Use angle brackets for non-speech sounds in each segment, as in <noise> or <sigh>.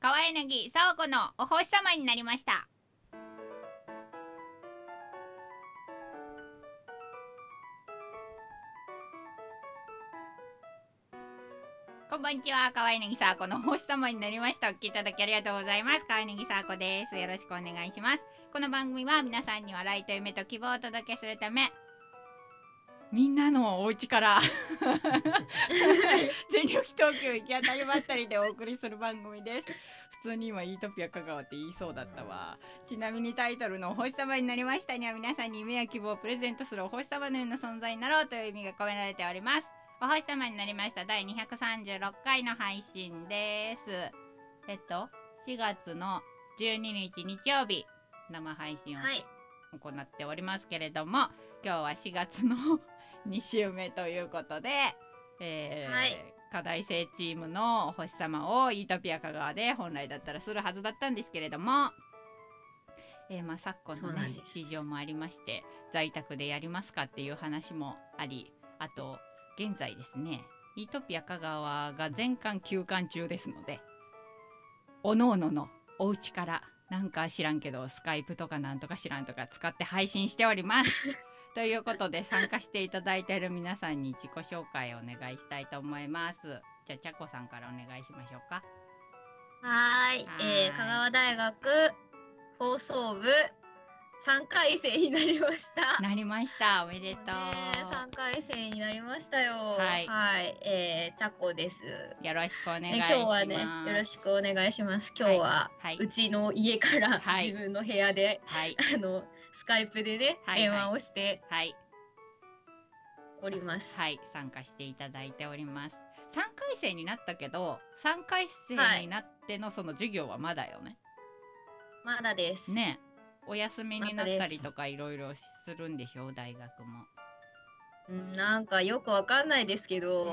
川柳沙和子のお星様になりましたこんばんちは川柳沙和子のお星様になりましたお聞きいただきありがとうございます川柳沙和子ですよろしくお願いしますこの番組は皆さんに笑いと夢と希望をお届けするためみんなのお家から全力投球行き当たりばったりでお送りする番組です普通に今イートピア香川って言いそうだったわちなみにタイトルの「お星様になりました」には皆さんに夢や希望をプレゼントするお星様のような存在になろうという意味が込められておりますお星様になりました第236回の配信ですえっと4月の12日日曜日生配信をはい。行っておりますけれども今日は4月の <laughs> 2週目ということで、えーはい課題生チームのお星様をイートピア香川で本来だったらするはずだったんですけれども、えーまあ、昨今の、そうなねんで、す事情もありまして在宅でやりますかっていう話もありあと現在ですねイートピア香川が全館休館中ですのでおのおののお家からなんか知らんけどスカイプとかなんとか知らんとか使って配信しており <laughs> ます。ということで参加していただいている皆さんに自己紹介をお願いしたいと思います。じゃあちゃこさんからお願いしましょうか。はーい。はーいえー、香川大学放送部三回生になりました。なりましたおめでとう。ね三回生になりましたよ。はいえー、ちゃこです。よろしくお願いしねま、す。今日はね、よろしくお願いします。今日は、はいうちの家から、はい自分の部屋で、はいあの、スカイプでね、はいはい電話をしてはいおります。はい参加していただいております。三回生になったけど三回は生いになってのその授業はまだよね。まだです。。ねお休みになっまただりですとかいろいろするんでしょう大学も。うんなんかよくわかんないですけど。う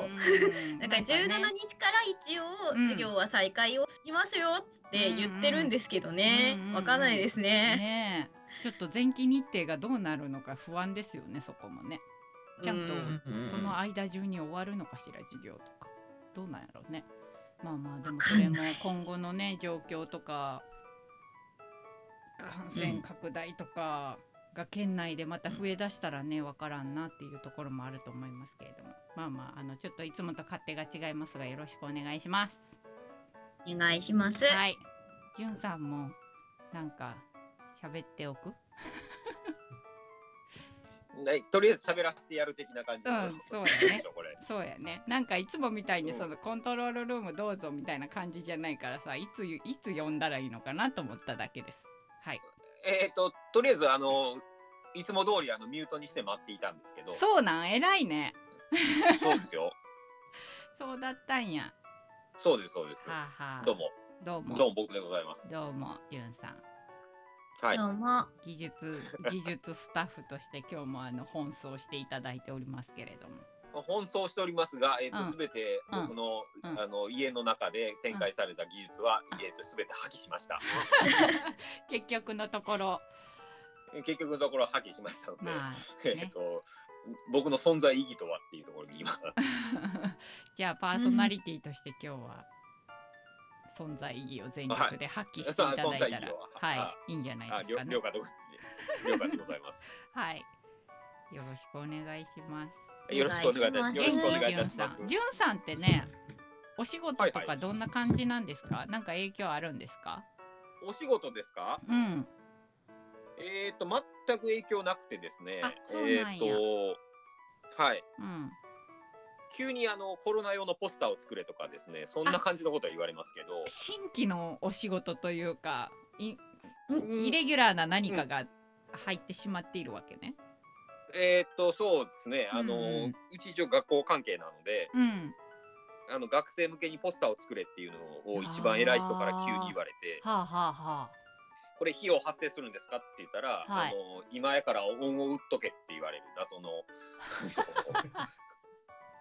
なんか17ね日から一応うん授業は再開をしますよって言ってるんですけどねうんうんうんうん、わかんないですね。ねえちょっと前期日程がどうなるのか不安ですよねそこもねちゃんとうううその間中に終わるのかしら授業とかどうなんやろうねまあまあでもそれも今後のね状況とか感染拡大とかが県内でまた増えだしたらねわからんなっていうところもあると思いますけれどもまあまああのちょっといつもと勝手が違いますがよろしくお願いします。お願いします。はい、じゅんさんもなんか喋っておくないとりあえず喋らせてやる的な感じうんなそうだね。これそうやねなんかいつもみたいにうんそのコントロールルームどうぞみたいな感じじゃないからさいついつ呼んだらいいのかなと思っただけですはいえっ、と、とりあえず、あの、いつも通りあのミュートにして待っていたんですけど、そうなん偉いねそうですよ。そうだったんやそうです、そうです。はあ、はあ、どうも、どうもどうも僕でございます。どうもじゅんさんはい。どうも。技 <laughs> 術技術スタッフとして今日もあの奔走していただいておりますけれども奔走しておりますが、えっ、うんと、すべて僕の、うんあの、家の中で展開された技術は、えっ、と、すべて破棄しました。 <laughs> 結局のところ結局のところ破棄しましたので、まあ <laughs> えっ、と、僕の存在意義とはっていうところに今、じゃあパーソナリティとして今日は存在意義を全力で発揮していただいたら、そう存在意は義い、をはいいんじゃないあです了かね了。解でございます。了解でございます。はい、よろしくお願いします。よろしくお願いいたします。よろしくお願いいたします元気。じゅんさんってね、お仕事とはいかはいどんな感じなんですか？なんか影響あるんですか？お仕事ですか？うん、えっ、と全く影響なくてですね。あそうなんやえっ、とはい。うん。急にあのコロナ用のポスターを作れとかですね、そんな感じのことは言われますけど、新規のお仕事というか、いうんイレギュラーな何かが入ってしまっているわけね。えっ、とそうですね。あの、ううんうんち一応学校関係なので、うん。あの学生向けにポスターを作れっていうのを一番偉い人から急に言われて、はあ、はあはこれ費用発生するんですかって言ったら、はいあの今やから恩を売っとけって言われる謎の。 <laughs>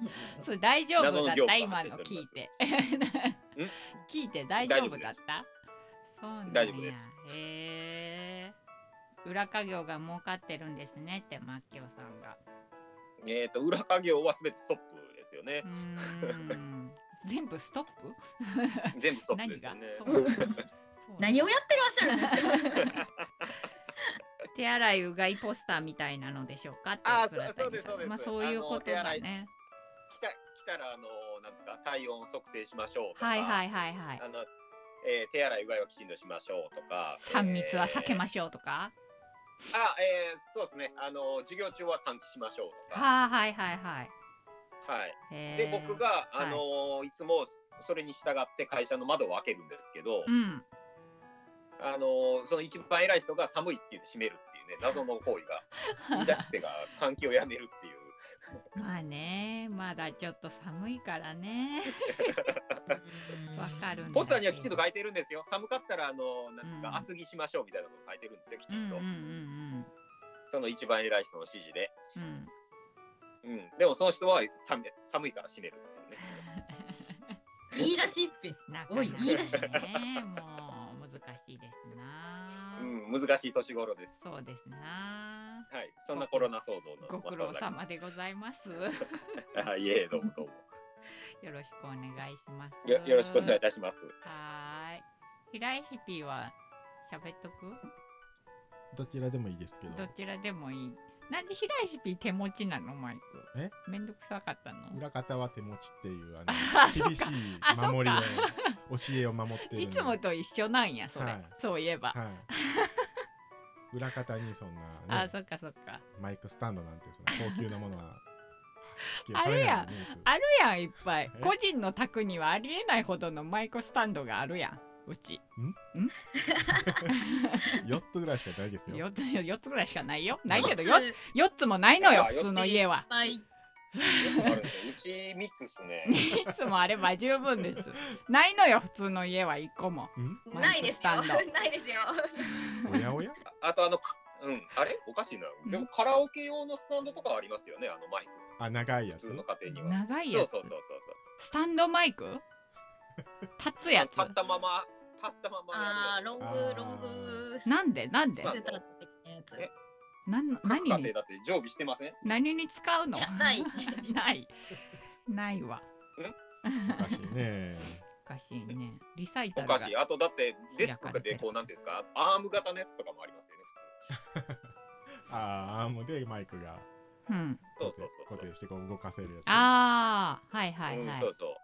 あ、それ大丈夫だっ謎たの業務が今発生のしてお聞りいますて。 <laughs> 聞いて大丈夫だったそうなんや大丈夫ですへえ裏稼業が儲かってるんですねってマッキョさんがえっと裏稼業はすべてストップですよねう。ー <laughs> ん全部ストップ全部ストッ何プですよがね。そう <laughs> そう何をやってらっしゃるんですか手洗いうがいポスターみたいなのでしょうかってあーやつだったりそうですそうですまあそういうことだね来た来たらあのなんですか体温測定しましょうとか。はいはいはいはいあの、えー手洗いうがいはきちんとしましょうとか。 3密は避けまししょょうとか、う。あ、えーそうですね。あの授業中は換気しましょうとか。あーはいはいはいはい。へでー僕が、あのいつもそれに従って会社の窓を開けるんですけど、 <laughs> うんあのその一番偉い人が寒いって言って閉めるっていうね謎の行為 <laughs> が言い出しっぺが換気をやめるっていう <laughs> まあねまだちょっと寒いからね <laughs> わかるんだけどポスターにはきちんと書いてるんですよ寒かったらあのなんですか、うん厚着しましょうみたいなこと書いてるんですよきちうんうんんと、うんその一番偉い人の指示で、うん <laughs> うんうん、でもその人は寒い寒いから閉めるっていうね言い出しっぺ。なかなかおい言い出しねもう難しいですな、うん、難しい年頃ですそうですなはいそんなコロナ騒動のご苦労様でございます。 <laughs> よまたいえどうもどうもろしくお願いします。よよろしくお願いいはたしますーい。平井シピーは喋っとくどちらでもいいですけどどちらでもいい。なんで平井シピー手持ちなのマイク。えめんどくさかったの裏方は手持ちっていうあ <laughs> あそっのか厳しあそっいか守りを教えを守ってるいんでつもと一緒なんや、それ。はいそういえば。はい、裏方にそんな、あ、ね、そっかそっか。マイクスタンドなんてその高級なものは支給 <laughs> あされれなやいのにあるやん、いっぱいえ。個人の宅にはありえないほどのマイクスタンドがあるやん。うち。 4つぐらいしかな <laughs> いですよ。 4つ、四つぐらいしかないよ。ないけど、よっ 4, 四つもないのよ、い普や通の家 <laughs> は。はい。よくあるんですようち三つですねいつもあれば十分です。ないのよ、普通の家は1個も。んないですよマイクスタン。ないですよ。おやおやああとあの、かうん、あれおかしいな。でもカラオケ用のスタンドとかありますよね、あのマイク。あ、長いや普つ通。の家庭には。長いそやうつそうそうそうスタンドマイク立つそう。や立っつたまま、立ったままあやあ、ロングあーロング。なんでなんでまあセタラってやつ。えなんる何各家庭にだって常備してません何に使うのいやない <laughs> ないないわおかしいね。おかしいねリサイタおルがかしい。あとだってデスクでこう、なんていうんですか、アーム型のやつとかもありますよね、あーアームでマイクがうん、普固通。そうそ定うそう固そう。定してこう動かせるやつ。あーはいはいうんはい、そうそう。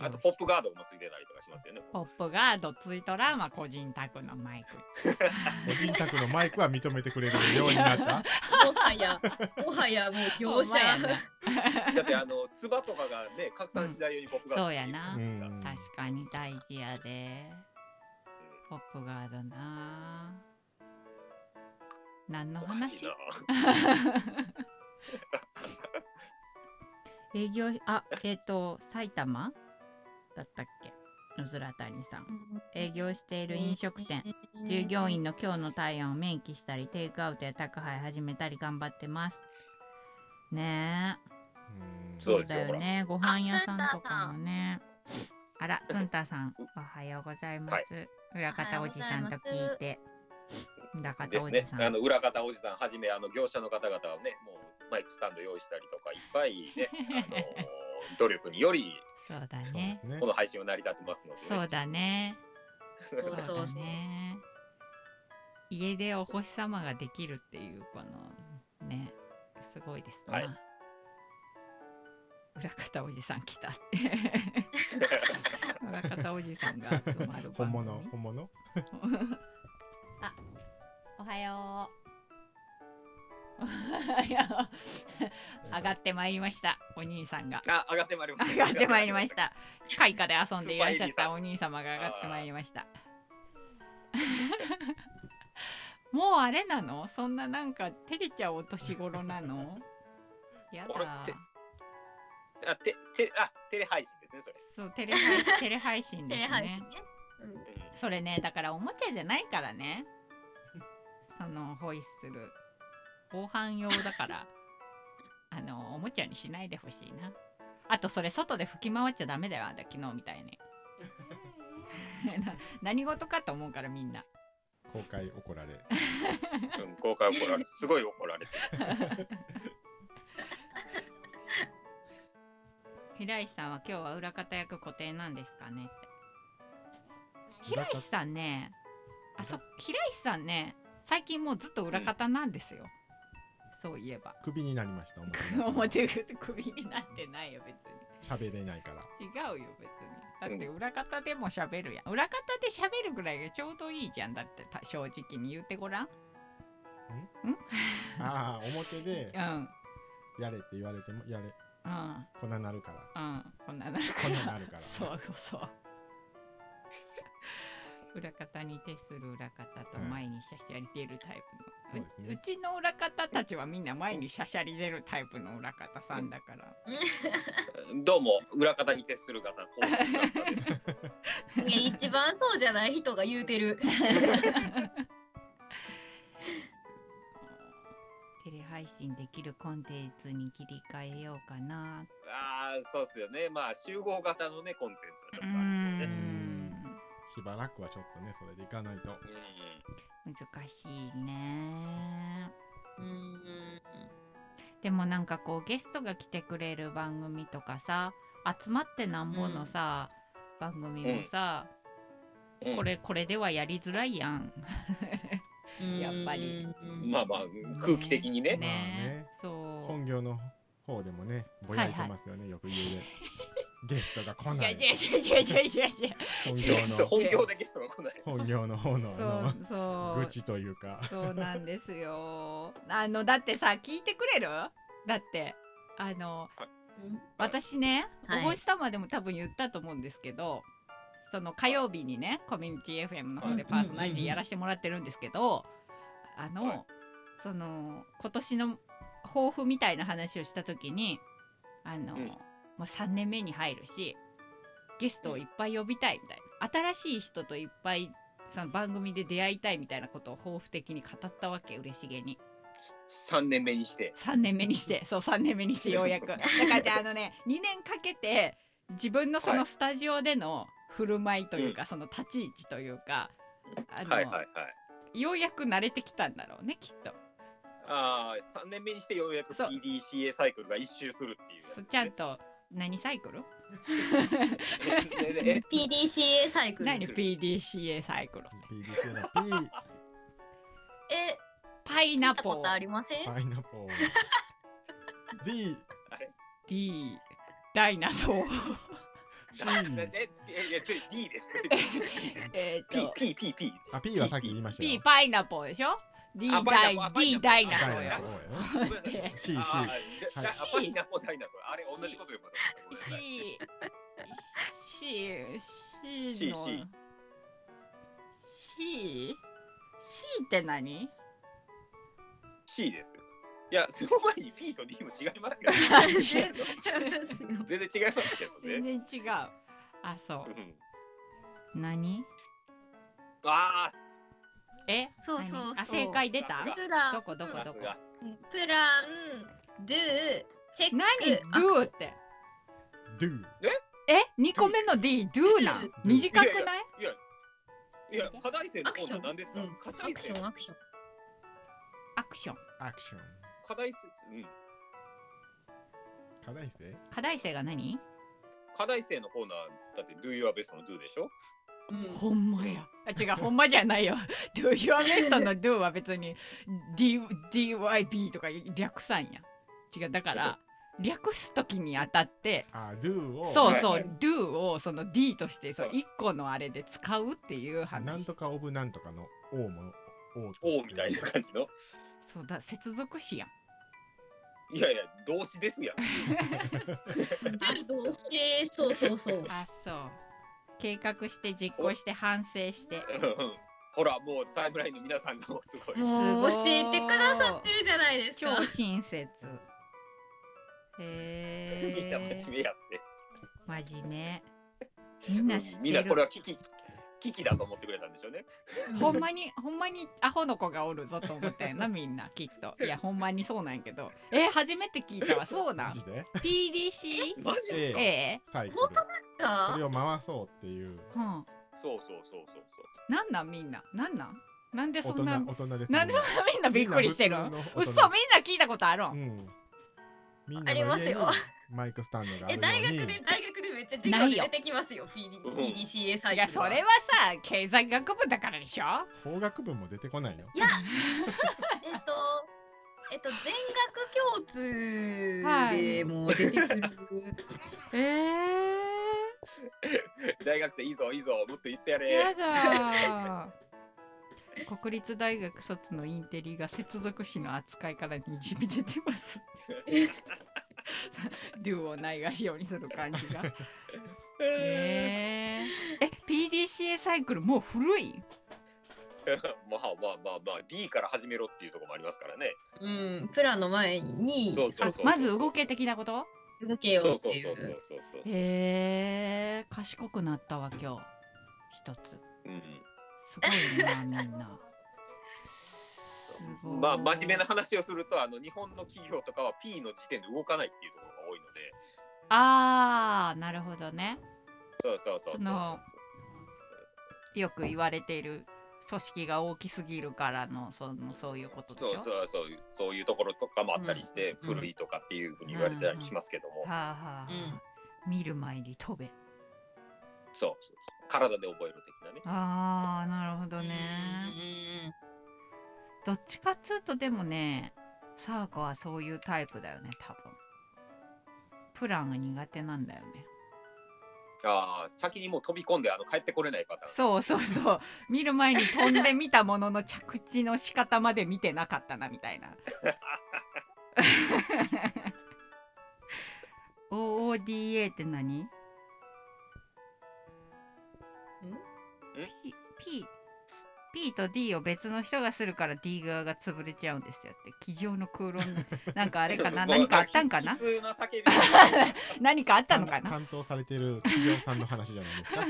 あとポップガードもついてたりとかしますよね。ポップガードついとらんは個人宅のマイ <laughs> ク個人宅のマイクは認めてくれるようにな <laughs> った。もはや、もはやもう業者。ほんまやねだってあの、つばとかがね、拡散しないようにポップガードそうやなっていううんん確かに大事やでポップガードな何のおかしい話な。営業あえっ、と埼玉だったっけうずら谷さん営業している飲食店従業員の今日の体温を明記したりテイクアウトや宅配始めたり頑張ってますねえうんそうですだよよねごら飯屋さんとかもねあらつんたさんおはようございます、裏方おじさんと聞いて裏方ですおじねさん、。あの裏方おじさんはじめあの業者の方々はね、もうマイクスタンド用意したりとかいっぱいね、あのー努力によりそうだそうでねすねこ。の配信を成り立ってますので、ね。そう <laughs> だねそうそうそうそうだ。ね。家でお星様ができるっていうこのねすごいですな。はい裏方おじさん来たって裏方おじさんが集まる本番組物、本物。あおはようおはよう上がってまいりましたお兄さんがあ、上がってまいりました。上がってまいりまし。た開花で遊んでいらっしゃったお兄様が上がってまいりましたもうあれなのそんななんか照れちゃうお年頃なのやだあれてあ、て、て、あ、テレ配信ですね、それ。そうテレ配信テレ配信テでレす配信ねね。うんうんそれねだからおもちゃじゃないからねそのホイッスル防犯用だからあのおもちゃにしないでほしいなあとそれ外で吹き回っちゃダメだよあんた昨日みたいに <laughs> な何事かと思うからみんな公開怒られ。うん、公開怒られ、すごい怒られて。平石さんは今日は裏方役固定なんですかねって平石さんねあそ平石さんね最近もうずっと裏方なんですよ、そういえば首になり <laughs> ました表表クビになってないよ別に喋れないから違うよ別にだって裏方でも喋るやん裏方で喋るぐらいがちょうどいいじゃんだってた正直に言ってごらんああ表でうんうんやれって言われてもやれこんななるからうんこんななるかこんらななるか <laughs> らそうそう裏方に徹する裏方とうん前にシャシャリ出るタイプの、そうですねうちの裏方たちはみんな前にシャシャリ出るタイプの裏方さんだから、どうも裏方に徹する方、こういう方です。いや一番そうじゃない人が言うてる。テレ配信できるコンテンツに切り替えようかなああ、そうですよね。まあ集合型のねコンテンツはちょっとあうんるんですよね。しばらくはちょっとねそれでいかないと難しいねうんでもなんかこうゲストが来てくれる番組とかさ集まってなんぼのさ、番組もさ、うんうんこれこれではやりづらいやん。やっぱり。うんまあまあ空気的にね。ねねそう。本業の方でもねぼやいてますよねよく家 <laughs> でゲストが来ない違う違う違う違う違う違う。本ゲ業ストの本業でゲストが来ない。本業の方のあそうそのう。愚痴というかそうなんですよ。あのだってさ聞いてくれる？だってあの私ね、はいお星様でも多分言ったと思うんですけど。その火曜日にねコミュニティ FM の方でパーソナリティやらせてもらってるんですけど、あの、はいその今年の抱負みたいな話をした時にあの、うんもう3年目に入るしゲストをいっぱい呼びたいみたいな新しい人といっぱいその番組で出会いたいみたいなことを抱負的に語ったわけ嬉しげに三年目にして。 3年目にしてそう3年目にしてようやくだからじゃああのね2年かけて自分のそはのいスタジオでの振る舞いというか、その立ち位置というかあの、はいはいはい。ようやく慣れてきたんだろうねきっと。ああ、三年目にしてようやくそう PDCA サイクルが一周するっていうやつそね。ちゃんと何サイクルねねね PDCA サイクル。何 PDCA サイクル PDC の P <laughs> え、パイ聞ナいたポことあーりません？パイナポ <laughs> ー D D ダイナソー C ねねいやいや D です。D ですえー P と P P P。あ P はさっき言いました P よパイナポーでしょ D あダイパイ D ナポーダイナソダーイよナソーやなごめんなさい C C あはーだだはいパイナポダイナソーあれ同じこと言うか <laughs> と思った C C C C の C C C って何 C ですよ。いや、その前に P と D も違いますけど、違う全然違いますけど全ね。然違うあそうんう何あえそうそう何そうあ <laughs> 正解出さすたプランどこどこあ、どさこすが。プラン、ドゥ、チェック。何 do ってドゥえ二個目の D do なん do 短くないややいや、いや、課題生のアクコーシナョーン。何ですかうん課ア題クシ生ョン、アクション。アクションアクション課題生、うん。課題生課題生が何課題生のコーナー、だって Do Your Best の Do でしょうんほんまやあ違うほんまじゃないよ <laughs> do your best の do は別に D DYB とか略さんや違うだから略す時にあたってあドゥをそうそはうい do をその D としてそうはい一個のあれで使うっていうなん話とかオブなんとかの O も O としておみたいな感じの。そうだ接続詞やんいやいや、動詞ですやん。ドゥどうし、そうそ <laughs> うそう。 <laughs> あそう計画して実行して反省してうんほら、もうタイムラインの皆さんがもうすごい。もうす教ごいえてくださってるじゃないです超か。親 <laughs> 切へみんなえ真面目やって。真面目みんな知っみんてなこれるは危機、危機だと思ってくれたんでしょうね。 <laughs> ほんまに <laughs> ほんまにアホの子がおるぞと思ったんや <laughs> なみんなきっといやほんまにそうなんやけどえ初めて聞いたわそうなマんジ <laughs> で PDC? マジですか、ええサイク本ル当ですそかれを回そうっていううんそうそうそうそうそう。なんなんみんななんなんなんで大そ人んな大人ですねなんでそんなみんなびっくりしてるみんんな嘘普みん通の大人な聞いたことあるうんんみんなのありますよ家にマイクスタンドがあるえよ大学うにで大学でめっちゃ授業ないでよ出てきますよ PD うん PDCA サイ違うそれはさ経済学部だからでしょ法学部も出てこないよいやえっとえっと全学共通でもう出てくる、ええ大学生いいぞいいぞもっと言ってややれだ <laughs> ー国立大学卒のインテリが接続詞の扱いからにじみ出てます <laughs> デュをないがしようにする感じがえー、え PDCA サイクルもう古いまあまあまあまあ D から始めろっていうところもありますからねうん、プラの前にそうそうあまず動け的なこと動けよそうってそういそううそうそうそうへえー、賢くなったわ今日一つうすごいな <laughs> みんなすごいん、まあ真面目な話をするとあの日本の企業とかは P の時点で動かないっていうところが多いのであーなるほどねそうそうそうそのよく言われている組織が大きすぎるからのそのそういうことでしそうょそうそうそういうところとかもあったりして、うん古いとかっていうふうに言われたりしますけども、はあ、はあはあ見る前に飛べそうそう体で覚える的なねあーなるほどうねんどっちかっつうとでもねサーコはそういうタイプだよね多分プランが苦手なんだよねああ先にもう飛び込んであの帰ってこれないパターンそうそうそう見る前に飛んでみたものの着地の仕方まで見てなかったなみたい <laughs> な OODA って何 P, P, P と D を別の人がするから D 側が潰れちゃうんですよって机上の空論 <laughs> なんかあれかなもう何かあったんかな普通の叫び何かあったのかな担当されてる企業さんの話じゃないで <laughs> すか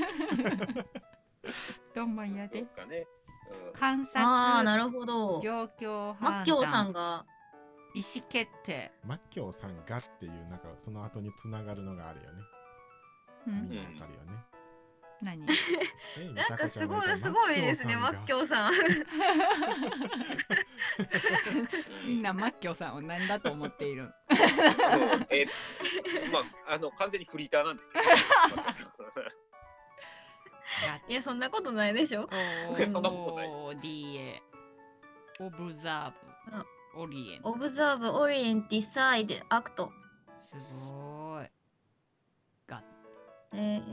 どんまんやどうでですかね、うん観察ああなるほど状況マッ判キョウさ断んが意思決定マッキョウさんがっていうなんかその後につながるのがあるよねうんみんなわかるよね、何えなんかすごいすごいですねマッキョョウさんみんな <laughs> マッキョさんを何だと思っているうんえまああの完全にフリーターなんですけどいやそんなことないでしょ <laughs> そんなことない ODA オブザーブオリエンオブザーブオリエンティサイデアクトすごいえー <laughs>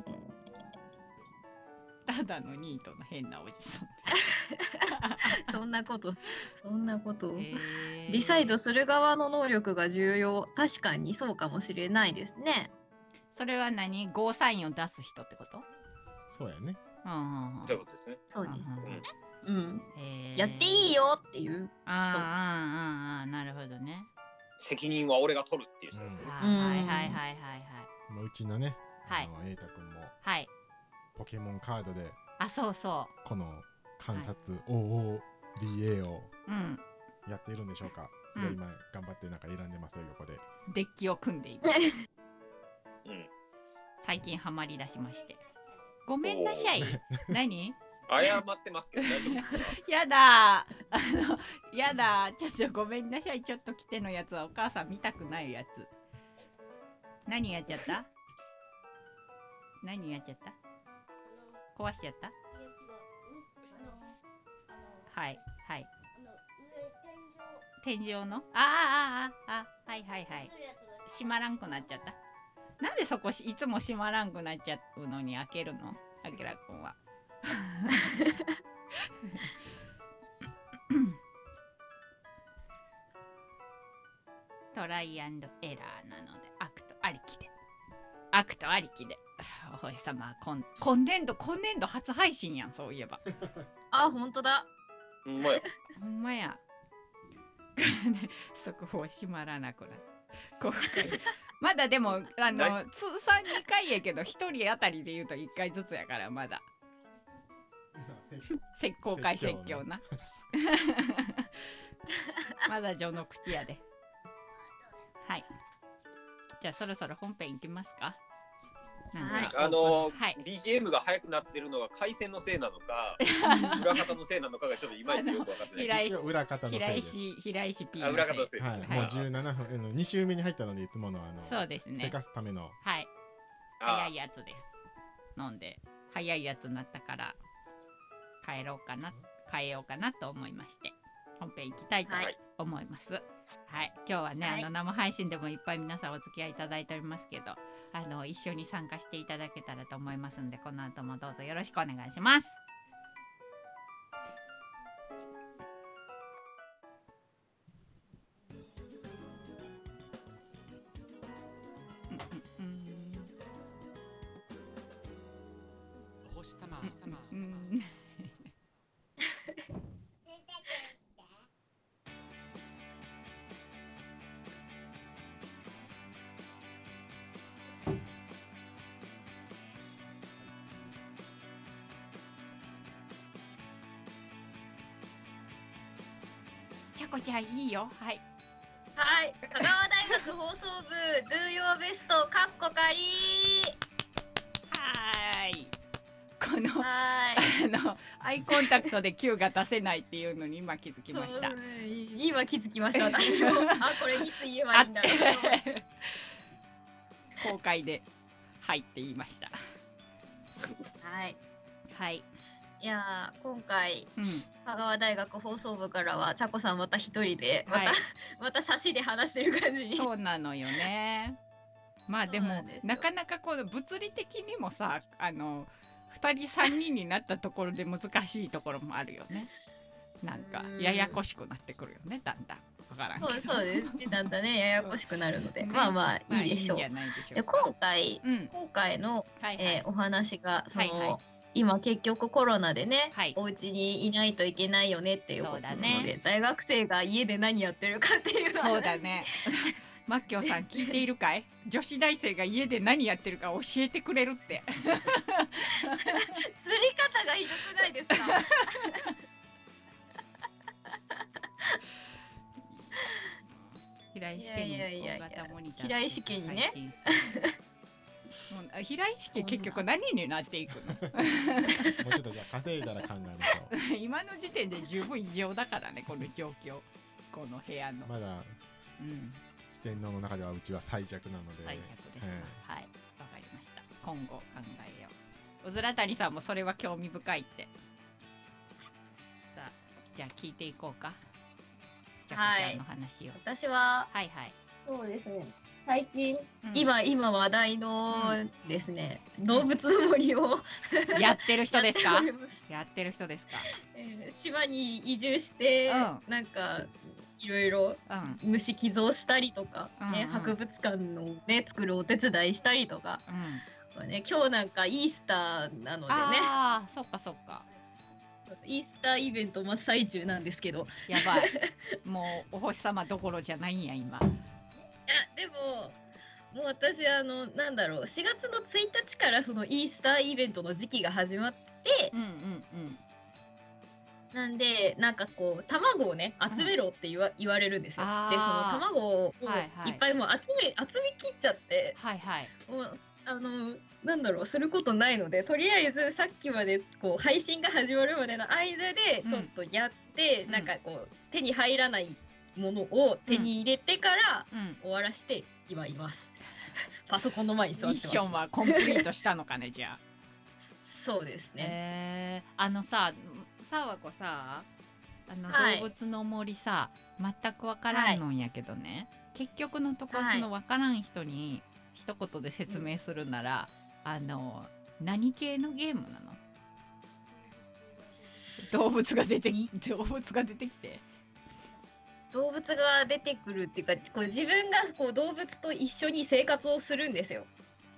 ただのニートの変なおじさんそんなことそんなこと <laughs> へーリサイドする側の能力が重要確かにそうかもしれないですねそれは何ゴーサインを出す人ってことそうやねうんうんうんということですねそうですうんうんううんんへーやっていいよっていうあーあーあーあーなるほどね責任は俺が取るっていう人、うんはうんいはいはいはいもううちのね、はいあの瑛太くんもはいはいポケモンカードであそうそこの観察 OODA をううんやっているんでしょうか、うんすごい今頑張ってなんか選んでますよ横でデッキを組んでいるうん、最近ハマりだしましてごめんなさい何謝ってますけど大丈夫ですかやだーあのやだーちょっとごめんなさいちょっと来てのやつはお母さん見たくないやつ何やっちゃった何やっちゃった壊しちゃったはいはい天井のあーあーあーあーはいはいはい閉まらんくなっちゃったなんでそこしいつも閉まらんくなっちゃうのに開けるのあきらくんはトライアンドエラーなのでアクトありきでアクトありきでお星様今今年度今年度初配信やんそういえばあ本当だほんまやほんまや。ね速報閉まらなくなる。今回まだでもあなの通算2回やけど1人当たりで言うと1回ずつやからまだせ公開説教な <laughs> まだ序の口やで <laughs> はいじゃあそろそろ本編いきますかなんかあのはい BGM が速くなってるのが回線のせいなのか裏方のせいなのかがちょっといまいちよく分かって <laughs> ない平井一応裏方のせ平いです。石平石 P あの裏せ方のいせいはい、はいもう17分、あの2週目に入ったので、いつものあの、そうですせねかすための、はい早あいやつです飲んで早いやつになったから帰ろうかな変えようかなと思いまして本編行きたいとはい思いますはい、今日はね、はいあの生配信でもいっぱい皆さんお付き合いいただいておりますけどあの一緒に参加していただけたらと思いますのでこの後もどうぞよろしくお願いしますうんうんうんお星様うんちゃこちゃんいいよはいはい、香川大学放送部 Do Your Best カッコカリはーいこのはあのアイコンタクトで Q が出せないっていうのに今気づきい。ました <laughs> そう。うん今気づき <laughs> ました。私もあ、これいつ言えばあいいんだろうと思って。公開で「はい」って言いました。はい。はい、いやー、今回うん、香川大学放送部からはちゃこさんまた一人で、また、は <laughs> また差しで話してる感じい、に。そうなのよね。まあでそうなもんですよなかなかこの物理的にもさあの2人3人になったところで難しいところもあるよね。なんかうんややこしくなってくるよねだんだん。わからんそうけど。そうですね。だんだんね、ややこしくなるので、ねまあまあまあいいでしょう。いいでんじゃないでしょうか今。回、うん、今回の、はいはいえーお話がその、はいはい今結局コロナでね、はいお家にいないといけないよねっていうことなので、そうだね大学生が家で何やってるかってい <laughs> う話そうだね。マッキョさん聞いている <laughs> かい？女子大生が家で何やってるか教えてくれるって。釣り方がひどくないですか <laughs> 平石いやいや家いやにいや大型モニター。平石家にね。もうあ平石家結局何になっていくの？ <laughs> もうちょっとじゃあ稼いだら考えましょ今の時点で十分異常だからねこの状況、この部屋のう。。ま <laughs> だ、うん、四天王の中ではうちは最弱なので。最弱ですえなえ。はい、わかりました。今後考えよう。小倉谷さんもそれは興味深いって。さあ、じゃあ聞いていこうか。じゃあ、はいこちゃんの話を。私ははいはい。そうですね最近、うん、今今話題のですね、動物の森をやってる人ですやっ <laughs> かておりますやってる人ですか <laughs> えー島に移住して、うなんかいろいろうん。虫寄贈したりとか、うんねうん博物館のね作るお手伝いしたりとか、うん、まあね、今日なんかイースターなのでねああ、そっかそっか。イースターイベント真っ最中なんですけどいやばい。もうお星様どころじゃないんや今。やでももう私あのなんだろう4月の1日からそのイースターイベントの時期が始まってうんうんうん。なんでなんかこう卵をね集めろって言わ,、言われるんですよ。あーでその卵をはいはいいっぱいもう集め集めきっちゃってはいはい。もうあのなんだろうすることないのでとりあえずさっきまでこう配信が始まるまでの間でうんちょっとやって、うんなんかこう手に入らないものを手に入れてからうん。終わらして今い <laughs> ます。パソコンの前にミ座っッてションはコンプリートしたのかねじゃあ。ます。そうですね。えー、あのささわこさあのはい動物の森さ、全く分からんのんやけどね、結局のところはそいの分からん人に一言で説明するなら、あの何系のゲームなの動物が出てき動物が出てきて動物が出てくるっていうかこう自分がこう動物と一緒に生活をするんですよ。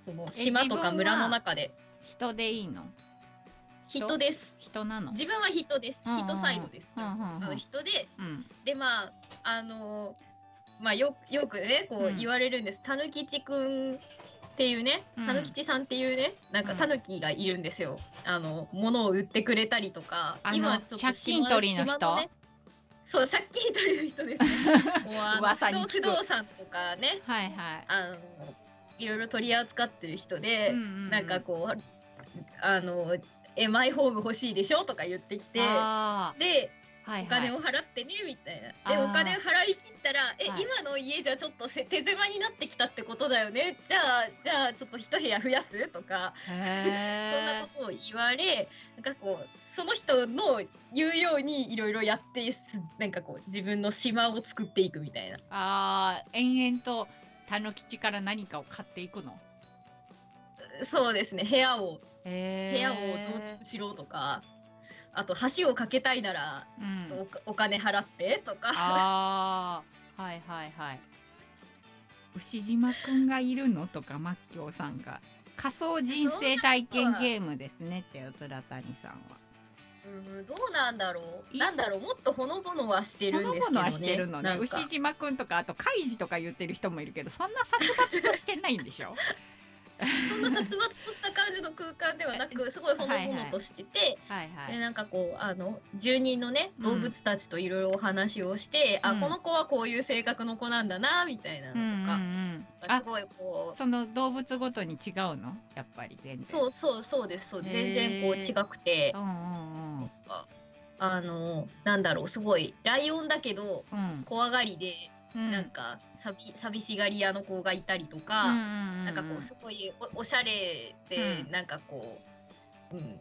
その島とか自分は村の中で人でいいの人人です。人なの自分は人です。うんうんうん人サイドです。うんうんうんあの人でうんでまああのまあよよくねこうんう言われるんです、たぬきちくんっていうねうんたぬきちさんっていうねなんうかんたぬきがいるんですよ、あの物を売ってくれたりとかあの借金島取りの人島ねそう借 <laughs> 金取りの人ですもうあの噂に聞く不動不動産とかねはいはいあのいろいろ取り扱ってる人で、ななんかこうあのえマイホーム欲しいでしょとか言ってきてあでーはいお金はをい、払ってねみたいな。あでーお金を払い切ったらえ、はい今の家じゃちょっとせ手狭になってきたってことだよねじゃあじゃあちょっと一部屋増やすとか <laughs> そんなへことを言われなんかこうその人の言うようにいろいろやってすなんかこう自分の島を作っていくみたいな。ーあー延々と田の吉から何かを買っていくのそうですね部屋をへ部ー屋を増築しろとか、あと橋を架けたいならうちょっとおん、かお金払ってとかあーはいはいはい牛島くんがいるのとかマッキョーさんが仮想人生体験ゲームですねってうつらたにさんはうんどうなんだろいういっすなんだろうもっとほのぼのはしてほるんのでぼすけどのねはしてるのなねんか牛島くんとかあとカイジとか言ってる人もいるけどそんな殺伐としてないんでし <laughs> ょそんな殺伐とした感じの空間ではなくすごいほのぼのとしてて、はいはでいなんかこうあの住人のね動物たちといろいろお話をして、うんあこの子はこういう性格の子なんだなみたいなのうんうんうとか、んなんかあすごいこうその動物ごとに違うのやっぱり全然そうそうそうですそうですへー全然こう違くてうんうんうんあのなんだろうすごいライオンだけどうん怖がりで、うんなんか寂寂しがり屋の子がいたりとうか、んうんうんなんかこうすごいおおしゃれで、うんなんかこう、うん、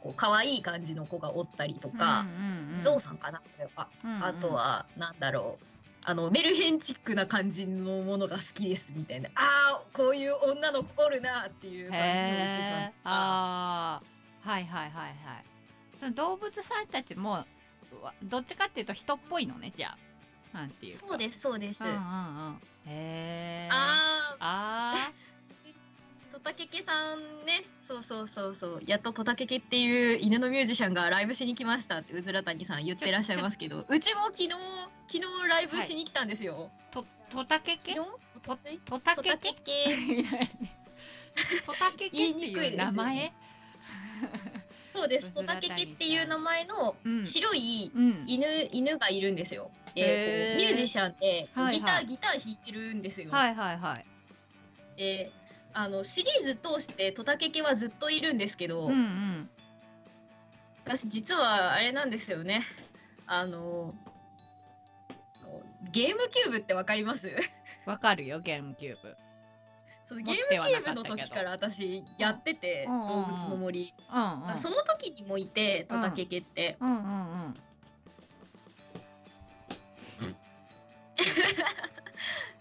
こう可愛い感じの子がおったりとか、うんうんうんゾウさんかなそれは。うんうんあとはなんだろうあのメルヘンチックな感じのものが好きですみたいなあーこういう女の子おるなっていう感じのへ牛さんえとかあーはいはいはいはいその動物さんたちもわどっちかっていうと人っぽいのねじゃあなんていうかそうですそうです、うんうんうあんへえああートタケケさんねそうそうそうそうやっとトタケケっていう犬のミュージシャンがライブしに来ましたってうずらたにさん言ってらっしゃいますけどうちも昨日昨日ライブしに来たんですよ、ーととたけけ昨と日とたトけタけケケとたけけって言いにくいういですよね名前そうでうすずトらタ谷ケさんケっていう名前のうん白いうん犬犬がいるんですよ。で、へーこうミュージシャンでこうはいギター、はいギター弾いてるんですよ。はいはいはいで、あのシリーズ通してトタケケはずっといるんですけど、うんうん私実はあれなんですよね。あのゲームキューブってわかります？ <laughs> わかるよゲームキューブそのゲ持っームてはキなュかーったけどブの時から私やってて、うん動物の森。うんうんあその時にもいてトタケケって、うんうんうん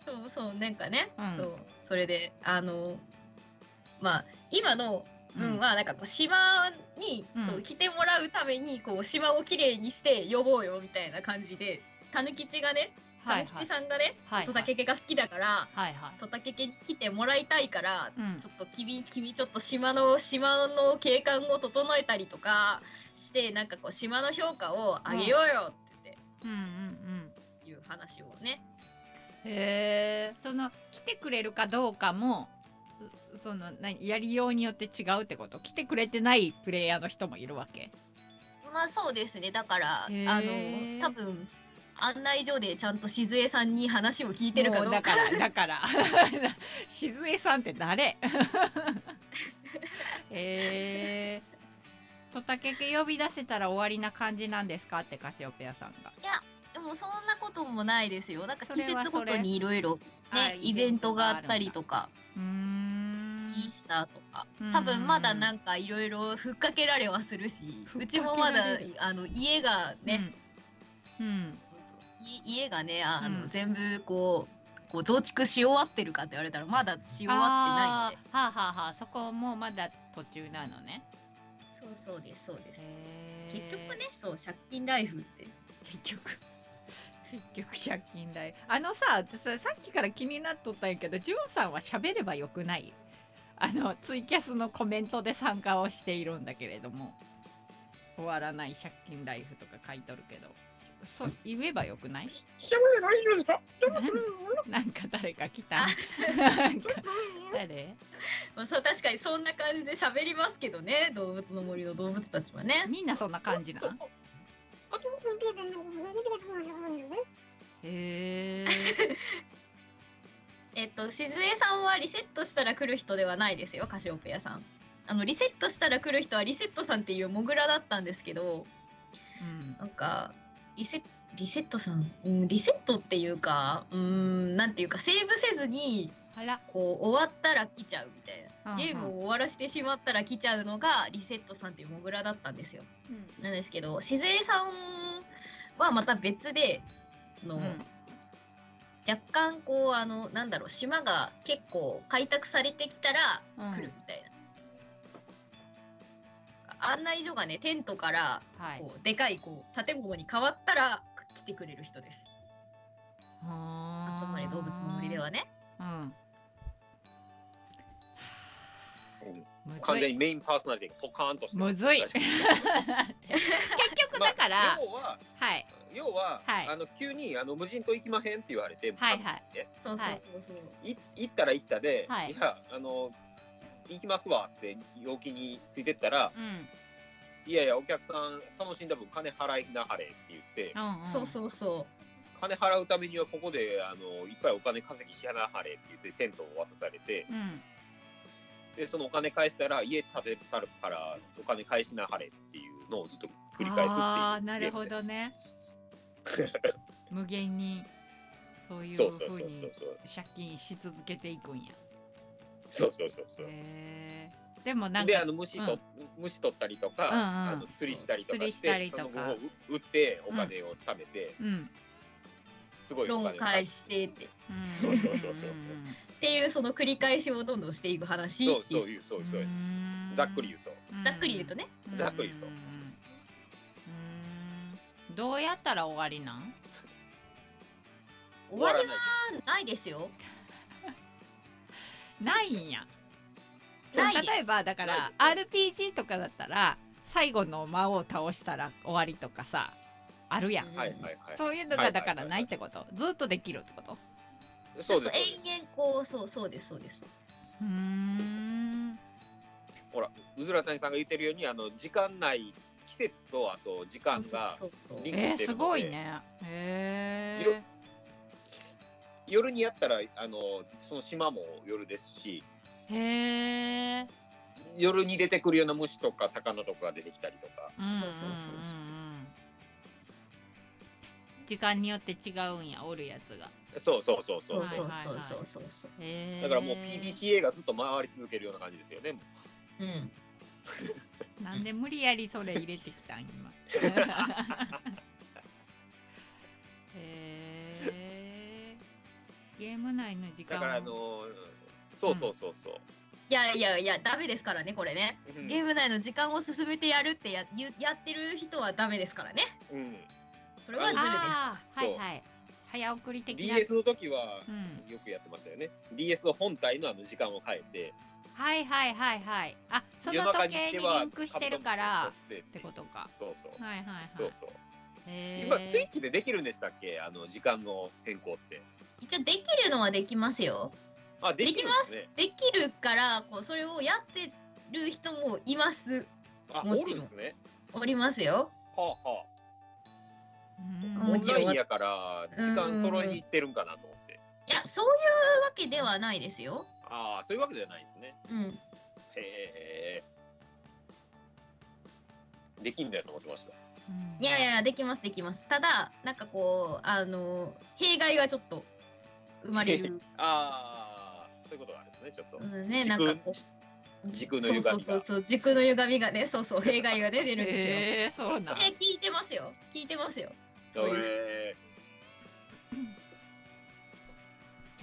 そうそうなんかね、うんそうそれであのまあ今のうん分はなんかこう島に、うんそう来てもらうためにこう島をきれいにして呼ぼうよみたいな感じでたぬきちがねたはぬいきはいちさんがね、はいはいトタケケが好きだからはいはいトタケケに来てもらいたいから、うんちょっと君君ちょっと島の島の景観を整えたりとかしてなんかこう島の評価を上げようよってうんうんうん言っていう話をね、へえその来てくれるかどうかもうその何やりようによって違うってこと来てくれてないプレイヤーの人もいるわけまあそうですねだからあへーの多分案内所でちゃんと静江さんに話を聞いてるかどうもかだ <laughs> からだから <laughs> 静江さんって誰 <laughs> へえトタケケ呼び出せたら終わりな感じなんですかってカシオペアさんが、でもそんなこともないですよなんかそ季れは節ごそとれにいろいろあねイベントがあったりとかかうーんイースターとかうん多分まだなんかいろいろふっかけられはするしふっかうけちられるもまだあの家がね、うん、うんそうそうい家がねあの、うん全部こうこう増築し終わってるかって言われたらまだし終わってないのであーはあはあはあそこもまだ途中なのねそうそうですそうですへ結ー局ねそう借金ライフって結局結局借金代あのさ私ささっきから気になっとったんやけどジュンさんは喋ればよくないあのツイキャスのコメントで参加をしているんだけれども終わらない借金ライフとか書いとるけどしそう言えばよくないしゃべれないんですか <laughs> なんか誰か来たなんか誰まあ、そう確かにそんな感じで喋りますけどね動物の森の動物たちはね。みんなそんな感じなんへええっと、静江さんはリセットしたら来る人ではないですよ、カシオペアさん。あのリセットしたら来る人はリセットさんっていうモグラだったんですけど、うんなんかリセリセットさん、うん、リセットっていうか、うん、なんていうかセーブせずにあらこう終わったら来ちゃうみたいうんうな。んゲームを終わらせてしまったら来ちゃうのがリセットさんっていうモグラだったんですよ。なんですけど、静江さんはまた別で、あの、うん若干こうあのなんだろう島が結構開拓されてきたらうん来るみたいな、案内所がねテントからはいこうでかいこう建物に変わったら来てくれる人です集集まれ動物の森ではねうんうんむ完ず全いにメインパーソナリティがポカーンとしてむずいら結し <laughs> です局だから、まあ要ははい要は、はいあの急にあの無人島行きまへんって言われて、はいはいそうそうそうそう、い行ったら行ったで、はいやあの行きますわって陽気についてったら、うんいやいやお客さん楽しんだ分金払いなはれって言って、うんうんそうそうそう金払うためにはここであのいっぱいお金稼ぎしなはれって言ってテントを渡されてうんでそのお金返したら家建てたからお金返しなはれっていうのをずっと繰り返すっていうあーなゲるームほですどね無限にそういうそうそうふそううにそう借金し続けていくんやそうそうそうそうへーでもなんでかあの虫と、虫取ったりとか、うんうんあの釣りしたりとかして釣りしたりとかその後売ってお金を貯めて、うんすごいおロ金ーをン返返すしてってっうんそうそうそうそうんんんていうその繰り返しをどんどんしていく話そうそういうそううそう、ーんざっくり言うとざっくり言うとねざっくり言うとんんんうんどうやったら終わりなん終わりないはないですよないんやそうないです例えばだからないで RPG とかだったら最後の魔王を倒したら終わりとかさあるやん、うんはいはいはいそういうのはがいはだいはいからないってこと、ずっとできるってことちょそっうとですそうです延々こうそうそうですそうですうーんほらうずら谷さんが言ってるようにあの時間内季節とあと時間がそうそうそうリンクえー、してするのごでいねへいろ夜にやったらあのその島も夜ですしえへえ夜に出てくるような虫とか魚とかが出てきたりとかそうそうそうそ時間によって違うんやおるやつがそうそうそうそそううそそううそうそうそうそうへえだからもう PDCA がずっと回り続けるような感じですよねうんなんで無理やりそれ入れてきたん <laughs> 今へえゲーム内の時間をだからあのそうそうそうそう、いやいやいやダメですからねこれねうんゲーム内の時間を進めてやるってやゆやってる人はダメですからねうん、それはズルですああはそういはい早送り的な DS の時はうん、よくやってましたよね DS の本体のあの時間を変えてはいはいはいはいあその時計にリンクしてるから夜中に行ってはことかそうそうはいはいはいそうそうへ今スイえッチでできるんでしたっけあの時間の変更って一応できるのはできますよあできるんですねできるからこうそれをやってる人もいますあおもちろんるんですねおりますよはあはうんあもオンちろラんインやから時間揃えに行ってるんかなと思っていやそういうわけではないですよああそういうわけじゃないですねうんへえできんだよと思ってましたうんいやいやいやできますできますただなんかこうあの弊害がちょっと生まれ <laughs> る、ああそういうことがあるんですねちょっと、うん、ね時な空んかこう時空の歪みがそうそうそうそう時空の歪みがねそうそう弊害がね出るんですよ、えー、<laughs> そうなんえ聞いてますよ聞いてますよそうそういう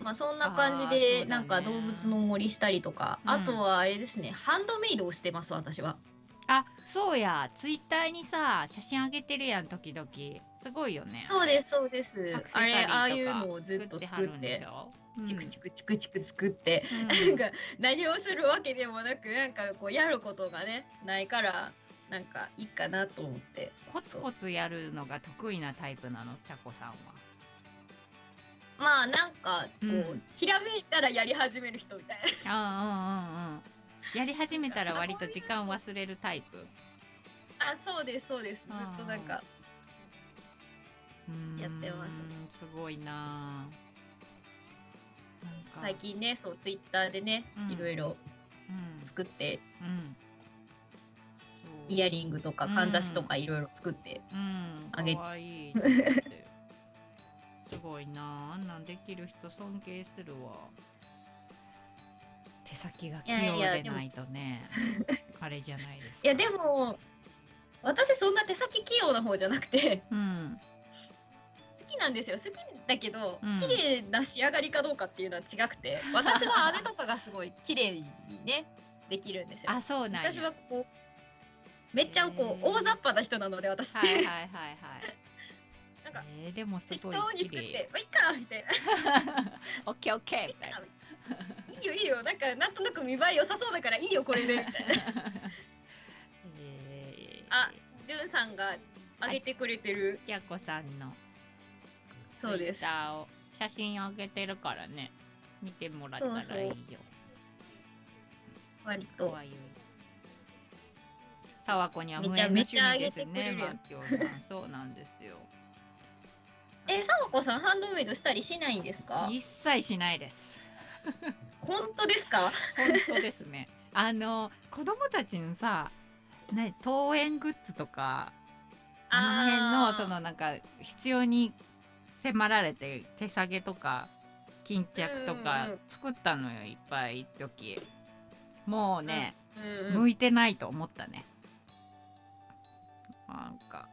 まあそんな感じあーで、そうだねなんか動物の森したりとか、うんあとはあれですねハンドメイドをしてます私は <laughs> あそうやツイッターにさ写真あげてるやん時々すごいよねそううですそうですアクセサあリーれとかああいうのをずっと作ってチクチクチクチク作って、ク、うん <laughs> なんか何をするわけでもなくなんかこうやることがねないからなんかいいかなと思ってコツコツやるのが得意なタイプなのちゃこさんはまあなんかこう、うんひらめいたらやり始める人みたいなあうんうんうんうんやり始めたら割と時間忘れるタイプあそうですそうですずっとなんかうーんやってますすごいなか最、近ねそうツイッターでね、うんいろいろうん作ってうん、そうイヤリングとかかんざしとかいろいろ作って、うん、あげかわいいと思って。すごいなあ、あんなんできる人尊敬するわ。手先が器いやいや用ででもないとね、あれじゃないですか。いやで、も私そんな手先器用な方じゃなくて <laughs> うん、好きなんですよ好きだけど、うん綺麗な仕上がりかどうかっていうのは違く <laughs> て私の姉とかがすごい綺麗にねできるんですよあ、そうなんや私はこうめっちゃこうへー大雑把な人なので私って、 <laughs> はいはい <laughs> はいはい。なんかえー、でもす適ごい当に綺作っ麗て。「まあいっか」みたいなオッケーオッケーみ「たいな。いいよいいよなんかなんとなく見栄え良さそうだからいいよこれで」みたい <laughs> な <laughs> えー、あじゅんさんがあげてくれてる、ちゃこさんのそうですツイッターを写真あげてるからね見てもらったらいいよそうそう割とかわいいさわこには無めちゃ縁のめ趣ちゃ味ですねあまきょうさんそうなんですよえさわこさんハンドメイドしたりしないんですか <laughs> 一切しないです本当ですか本当ですねあの子供たちのさね登園グッズとかあのあー辺のそのなんか必要に迫られて手下げとか巾着とかうんうん作ったのよいっぱい一時もうね、うんうん向いてないと思ったねなん <laughs> か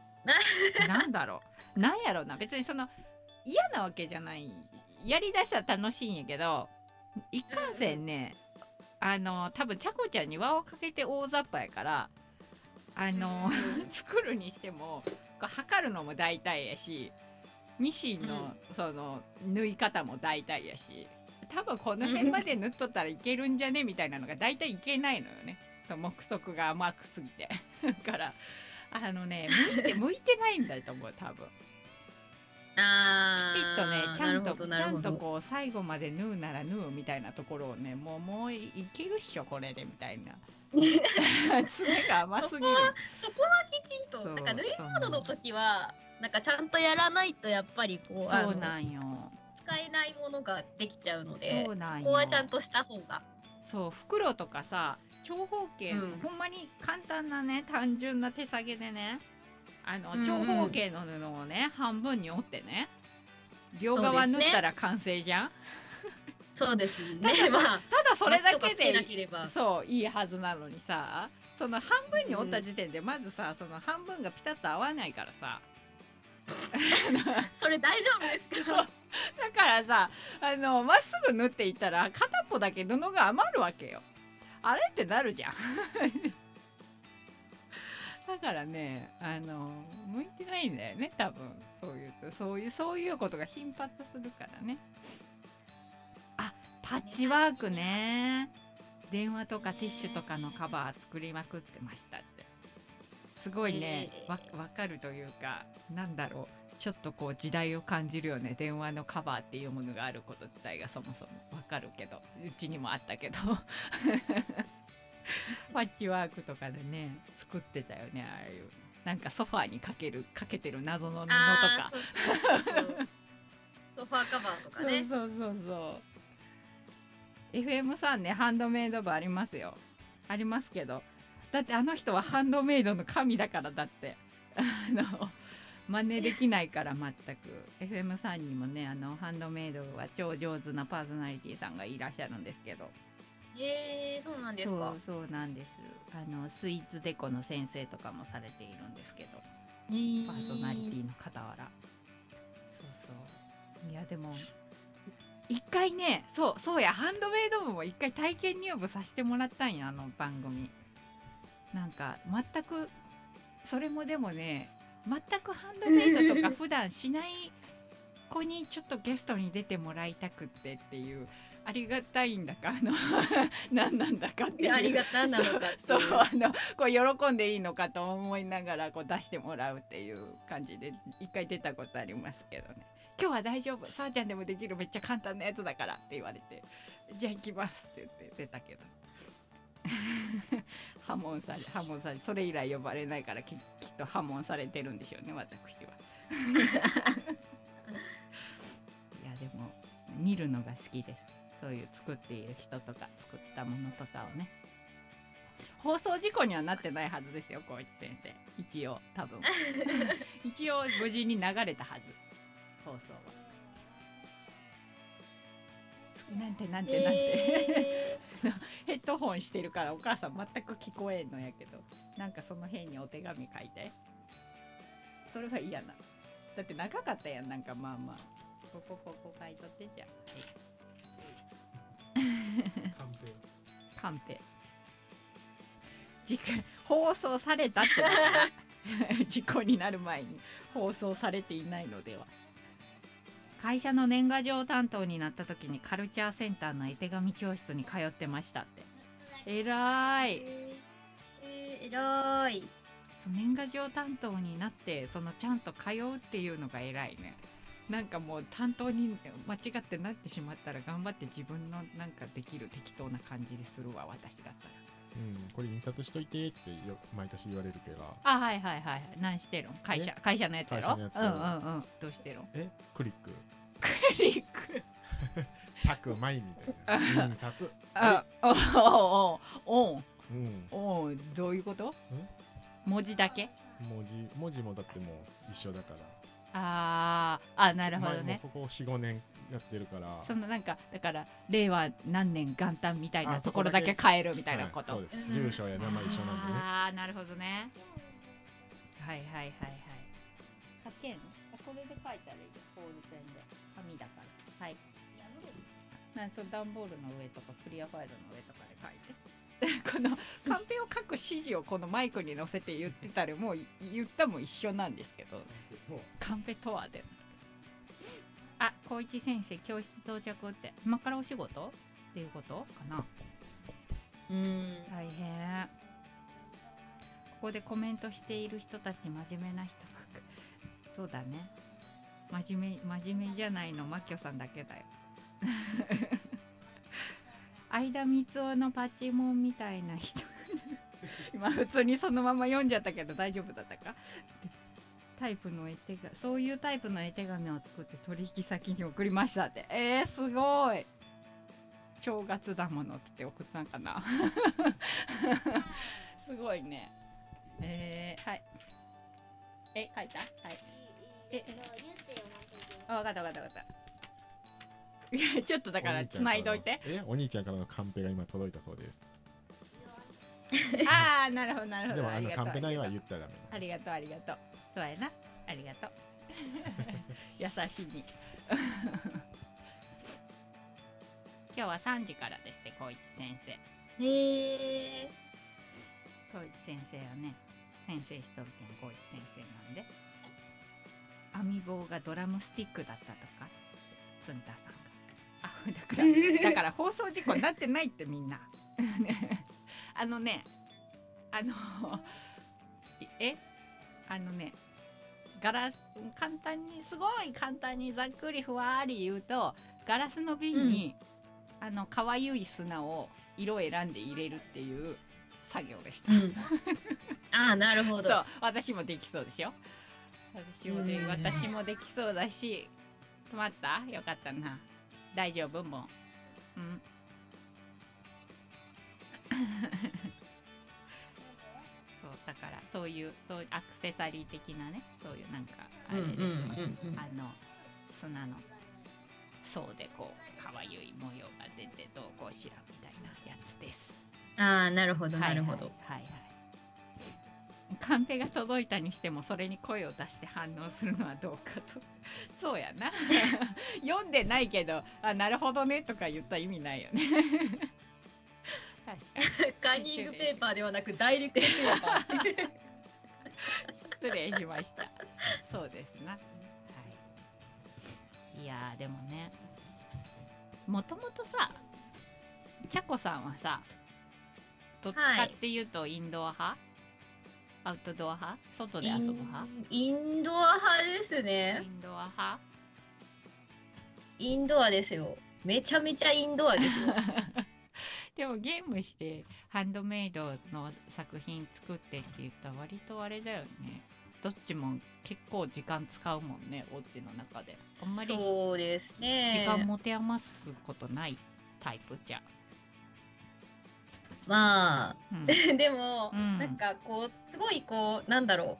なんだろうなんやろうな別にその嫌なわけじゃないやりだしたら楽しいんやけどいかんせんね、あの多分ちゃこちゃんに輪をかけて大雑把やからあの、 <laughs> 作るにしてもこう測るのも大体やしミシンのその縫い方も大体やし多分この辺まで縫っとったらいけるんじゃねみたいなのが大体いけないのよねその目測が甘くすぎてだ <laughs> からあのね向いて向いてないんだと思う多分きあーちっとねちゃんなるとほどちなゃるほんどとこう最後まで縫うなら縫うみたいなところをねもうもういけるっしょこれでみたいな <laughs> 爪が甘すぎるそこはきちんとそうなんか縫いそ物うの時はなんかちゃんとやらないとやっぱりこうあそのうなんよ使えないものができちゃうのでそうそなんよこはちゃんとした方がそう袋とかさ長方形、うんほんまに簡単なね単純な手提げでねあの、うんうん長方形の布をね半分に折ってね両そ側うで縫すねったら完成じゃん、そうですねただそまあただそれだけ巻きとかつなでければそういいはずなのにさその半分に折った時点でまずさ、その半分がピタッと合わないからさそれ大丈夫ですかだからさあのまっすぐ縫っていったら片っぽだけ布が余るわけよあれってなるじゃん <laughs> だからねあの向いてないんだよね多分そういうとそういうそういうことが頻発するからねあパッチワークね電話とかティッシュとかのカバー作りまくってましたってすごいねえーわわかるというかなんだろうちょっとこう時代を感じるよね電話のカバーっていうものがあること自体がそもそもわかるけどうちにもあったけどパッチワークとかでね作ってたよねああいうなんかソファーにかけるかけてる謎の布とあかーそうそうそうそうソファーカバーとかそうねそうそうそう FM さんねハンドメイド部ありますよありますけどだってあの人はハンドメイドの神だからだって <laughs> あの真似できないから全く FM さんにもねあのハンドメイドは超上手なパーソナリティさんがいらっしゃるんですけどへえそうなんですかそうそうなんですあのスイーツデコの先生とかもされているんですけどパーパーソナリティの傍らそうそういやでも一回ねそうそうやハンドメイド部も一回体験入部させてもらったんやあの番組なんか全くそれもでもね全くハンドメイドと <laughs> か普段しない子にちょっとゲストに出てもらいたくってっていうありがたいんだかあの <laughs> 何なんだかっていうありがたなのかそう <laughs> そうあのこう喜んでいいのかと思いながらこう出してもらうっていう感じで一回出たことありますけどね「今日は大丈夫さあちゃんでもできるめっちゃ簡単なやつだから」って言われて「じゃあ行きます」って言って出たけど <laughs> 破門され破門されそれ以来呼ばれないからききっと破門されてるんでしょうね私は。いやでも見るのが好きです。そういう作っている人とか作ったものとかをね放送事故にはなってないはずですよ光一先生一応多分一応無事に流れたはず放送は。つなんてなんてなんて、えヘッドホンしてるからお母さん全く聞こえんのやけどなんかその辺にお手紙書いてそれは嫌なだって長かったやんなんかまあまあここここ書いとってじゃあ完璧はいカンペ次回放送されたってことだ <laughs> 事故になる前に放送されていないのでは会社の年賀状担当になった時にカルチャーセンターの絵手紙教室に通ってましたってえらーいえーえらい。そう年賀状担当になってそのちゃんと通うっていうのが偉いねなんかもう担当に間違ってなってしまったら頑張って自分のなんかできる適当な感じでするわ私だったらうん、これ印刷しといてってよ毎年言われるけどあはいはいはいはい何してるん会社会社のやつやろ会社のやつうんうんうんどうしてるんえクリッククリック100枚みた <laughs> いな印刷あおおおうんおおおどういうこと文字だけ文字文字もだってもう一緒だからあーあなるほど前もねここ45年やってるからそのなんかだから令和何年元旦みたいなあとそこころだだけけ変えるみたいなはいこと、そうですうん住所や名前一緒なんでねああなるほどねはいはいはいはい書けんこれで書いたらいいよボールペンで紙だからはいなんそれ段ボールの上とかクリアファイルの上とかで書いて <laughs> このカンペを書く指示をこのマイクに乗せて言ってたらもうい言ったも一緒なんですけどカンペとはであ高一先生教室到着って今からお仕事っていうことかなうん。大変ここでコメントしている人たち真面目な人ばっかそうだね真面目真面目じゃないのマキョさんだけだよ <laughs> 相田光雄のパチモンみたいな人今普通にそのまま読んじゃったけど大丈夫だったかタイプの絵手がそういうタイプの絵手紙を作って取引先に送りましたってえー、すごい正月だものっつって送ったんか <laughs> なすごいねえー、はいえ書いたはいえあ分かった分かった分かったい <laughs> やちょっとだからつないどい <laughs> てえお兄ちゃんからのカンペが今届いたそうですああなるほどなるほどでもあありのがカとうンペあ内りがはとう言ったらダメありがとうありがとうそうやなありが <laughs> とう優しみ <laughs> 今日は3時からですって光一先生へえ光一先生はね先生しとるけん光一先生なんで網棒がドラムスティックだったとかつんたさんがあだからだから放送事故になってないってみんな <laughs> あのねあの <laughs> いえあのねガラス簡単にすごい簡単にざっくりふわーり言うとガラスの瓶に、あの可愛い砂を色選んで入れるっていう作業でした。うん。ああ、なるほど。そう私もできそうでしょ私もでうん私もできそうだし止まったよかったな大丈夫もううん <laughs> そうだからそういうそうアクセサリー的なねそういうなんかあれですよ、うんうんうんうんあの砂の層でこうかわゆい模様が出てどうこうしらみたいなやつですああ、なるほど、なるほはど。いはい、はい <laughs> はい、カンペが届いたにしてもそれに声を出して反応するのはどうかと <laughs> そうやな <laughs> 読んでないけどあなるほどねとか言った意味ないよね <laughs> 確かに <laughs> カーニングペーパーではなく、ダイレクトペーパー。失礼しました。そうですな。はい。いやーでもね、もともとさ、ちゃこさんはさ、どっちかっていうとインドア派、アウトドア派、外で遊ぶ派、インドア派ですねイ。ンドア派。インドアですよ。めちゃめちゃインドアですよ。でもゲームしてハンドメイドの作品作ってって言ったら割とあれだよね。どっちも結構時間使うもんね、お家の中で。あんまりそうですね。時間持て余すことないタイプじゃ。まあうん、 <laughs> でも、うんなんかこうすごいこうなんだろ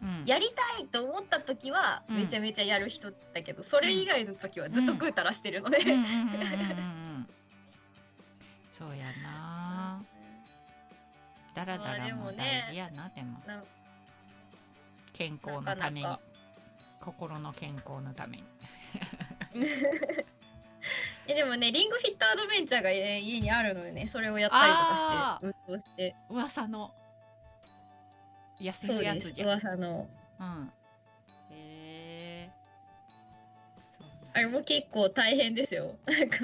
うんうやりたいと思った時はうんめちゃめちゃやる人だけど、それ以外の時はずっとぐうたらしてるので、 <laughs> うんうんうんうんうんうんそうやな。だらだらも大事やな、でも。なん健康のためになかなか心の健康のために <laughs> えでもねリングフィットアドベンチャーが、ね、家にあるのでねそれをやったりとかあして運動して噂の安そういやでつすじゃんう噂のんへえそうあれも結構大変ですよなんか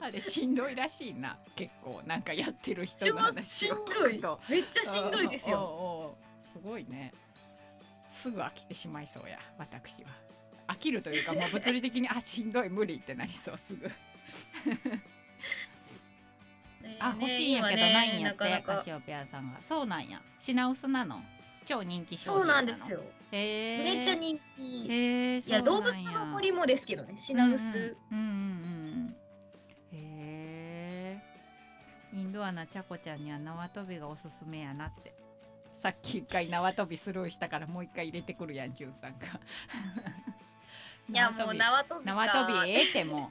あれしんどいらしいな結構なんかやってる私人のも話しをんど聞いくとめっちゃしんどいですよよすごいねすぐ飽きてしまいそうや私は飽きると <laughs> いうかもう物理的にあしんどい無理ってなりそうすぐねあ欲しいんやけどないんやって、今ねなかなカかシオペアさんがそうなんや品薄なの超人気商そ品うなんですよ、へえめっちゃ人気、へえいや動物の森もですけどね品薄、うんうんうんうんへえインドアなちゃこちゃんには縄跳びがおすすめやなってさっき一回縄跳びスルーしたからもう一回入れてくるやんじゅんさんがいやもう縄跳びか縄跳びええってもう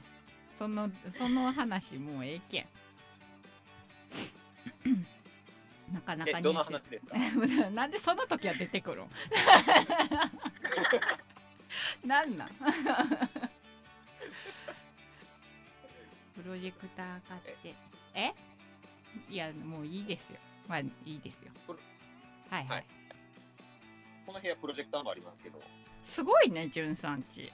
そのその話もうええけ <laughs> んなかなかえどの話ですか <laughs> なんでその時は出てくるん <laughs> なん <laughs> なんプロジェクター買ってえいやもういいですよまあいいですよプロはいはい、はいこの部屋プロジェクターもありますけどすごいねじゅんさんち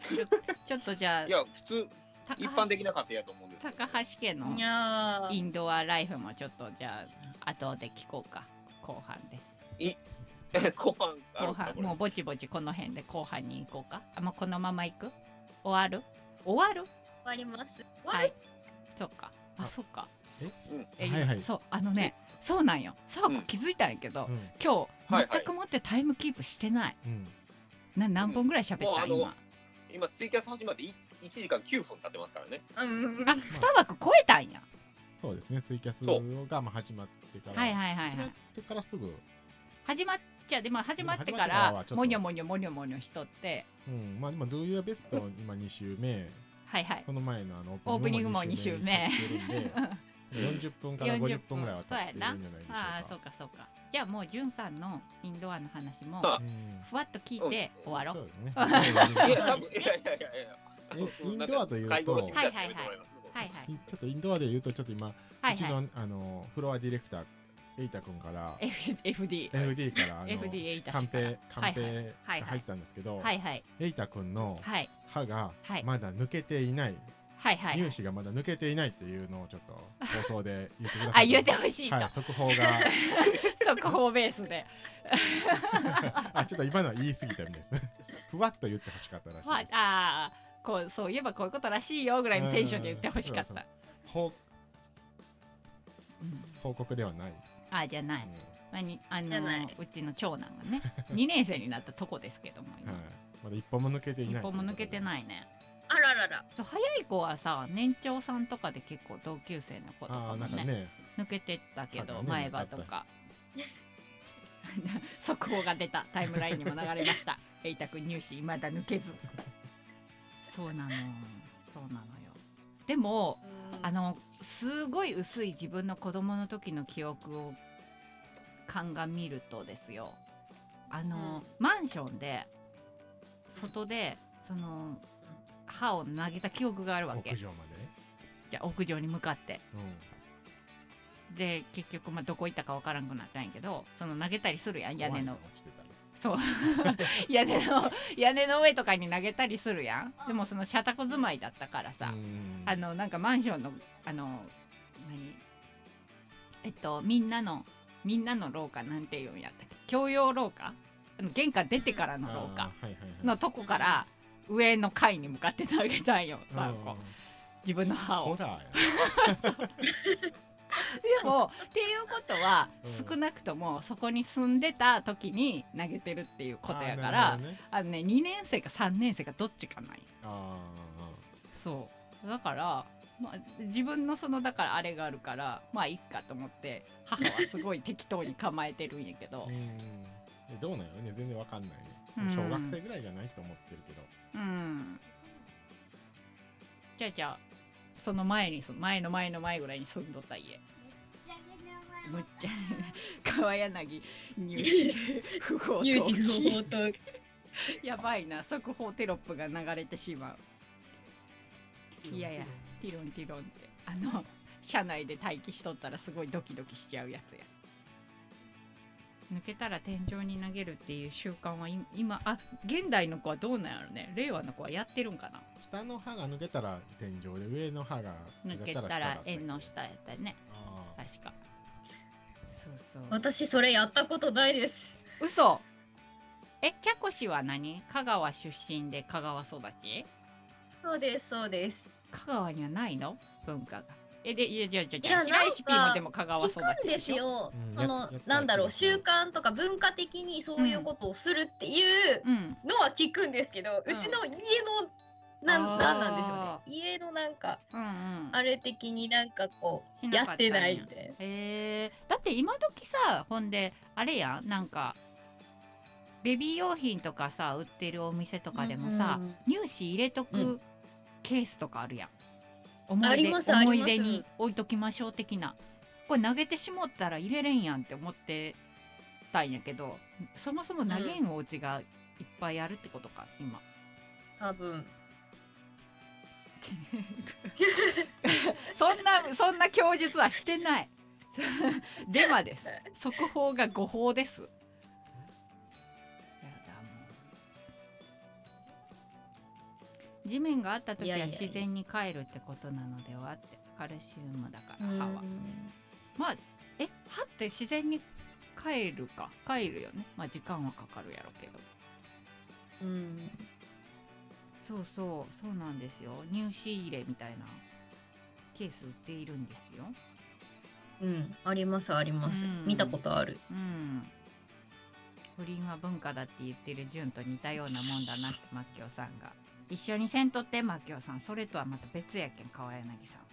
ちょちょっとじゃあいや普通高橋一般的な家庭やと思うんですけど高橋家のいやーインドアライフもちょっとじゃあ後で聞こうか後半で <laughs> 後半あ後るんですか半これもうぼちぼちこの辺で後半に行こうかあもうこのまま行く終わる終わる終わります。はいそっかああそっかうんえはいはいそうあのねそうなんよさあこうん気づいたんやけど、うん今はい日全くもってタイムキープしてない、うんな何本ぐらい喋った、うんもうあの今今ツイキャス始まって1時間9分経ってますからねうんうんうんあ二枠超えたんやそうですねツイキャスそうがまあ始まってからはいはいはい、始はいまっ、てからすぐ、始まっちゃでも始まってか始まってかららはちょっともにょもにょもにょもにょしとってうん、まあ今「Do Your Best」の今2週目はいはいその前のあのオープニングも2週目に入ってるんで <laughs> 40分から50分ぐらいは経ってるんじゃないでしょうああかそうかそうかじゃあもうじゅんさんのインドアの話もそううんふわっと聞いて終わろうそ <laughs> うだいねや多分いやいやいやいやえそうそうインドアというとなんか会合の進みだったらいいと思いますはいちょっとインドアで言うとちょっと今、はういちはいのはいあのフロアディレクターエイタ君から F- FD FD からあの FD エイタカ氏ンからペカンペはいはいはいはいが入ったんですけど、はいはいエイタ君のはい歯がはいまだ抜けていなはい、いはいは乳い歯がまだ抜けていないっていうのをちょっと放送で言ってくださあい言ってほしいと <laughs> はい、速報が速報ベース <laughs> であちょっと今のは言い過ぎたみ <laughs> たいですねふわっと言ってほしかったらしいまです、ああーこうそういえばこういうことらしいよぐらいのテンションで言ってほしかっうんた報うん報告ではない、あじゃないうんまあにあのじゃなーいうちの長男がね2年生になったとこですけども今はい、まだ一歩も抜けてい一ない歩も抜けていないねあららら。そう早い子はさ年長さんとかで結構同級生の子とあかあなもんかねね抜けてったけど、歯がね前歯とか <laughs> 速報が出たタイムラインにも流れました <laughs> エイタ君入試まだ抜けずそうなのそうなのよでもあのすごい薄い自分の子供の時の記憶を鑑みるとですよあの、マンションで外でその歯を投げた記憶があるわけ屋上まで、じゃあ屋上に向かってうで結局まあどこ行ったかわからんくなったんやけどその投げたりするやんん、屋根の怖い落ちてたりそう屋根の屋根の上とかに投げたりするやんでもその社宅住まいだったからさ、うんあのなんかマンションのあの何えっとみんなのみんなの廊下なんていうんやったっけ共用廊下あの玄関出てからの廊下あーはいはいはいのとこから上の階に向かって投げたんよさうんこう自分の歯をホ。ラーやねでもっていうことはうん少なくともそこに住んでた時に投げてるっていうことやからあ,、あーなるほどねのね2年生か3年生かどっちかないあそうだから、まあ、自分のそのだからあれがあるからまあいっかと思って母はすごい適当に構えてるんやけどうんえどうなんやろね全然わかんないねうん小学生ぐらいじゃないと思ってるけど <laughs> うんじゃあじゃあその前にそ前の前の前ぐらいに住んどった家むっちゃ <laughs> 川柳入試不法ミュ投ージック棄をとやばいな速報テロップが流れてしまういやいやティロンティロンってあの車内で待機しとったらすごいドキドキしちゃうやつや抜けたら天井に投げるっていう習慣はい今あ現代の子はどうなんやろね令和の子はやってるんかな下の歯が抜けたら天井で上の歯が抜けたら縁の下やったよねあ確かそうそう私それやったことないです嘘えキャコシは何香川出身で香川育ちそうですそうです香川にはないの文化がえでいやじゃあじゃあじいゃや平石な P んかもでも香川聞育くちでんでしすょようんそやのやったなんだろやうった習慣とか文化的にそういうことをするっていううんのは聞くんですけど、ううんちの家のなんなんなんでしょうあね家のなんかうんうんあれ的になんかこしうやなかっったんてやないみたいなえー、だって今時さほんであれやんなんかベビー用品とかさ売ってるお店とかでもさ、うんうん乳歯入れとうくケースとかあるやん、思あいり出ます思い出ありますに置いときましょう的なこれ投げてしもったら入れれんやんって思ってたんやけどそもそも投げんお家がいっぱいあるってことか今。多分 <laughs> そんなそんな供述はしてない。 <laughs> デマです。速報が誤報です。やだもう地面があった時いやはいやいや自然に帰るってことなのではってカルシウムだからうん歯は。まあえ歯って自然に帰るか帰るよね。まあ時間はかかるやろうけど。うんそうそうそうなんですよ入試入れみたいなケース売っているんですようんありますありますうん見たことあるうん不倫は文化だって言ってる純と似たようなもんだなってマッキョさんが一緒にせんとってマッキョさんそれとはまた別やけん川柳さん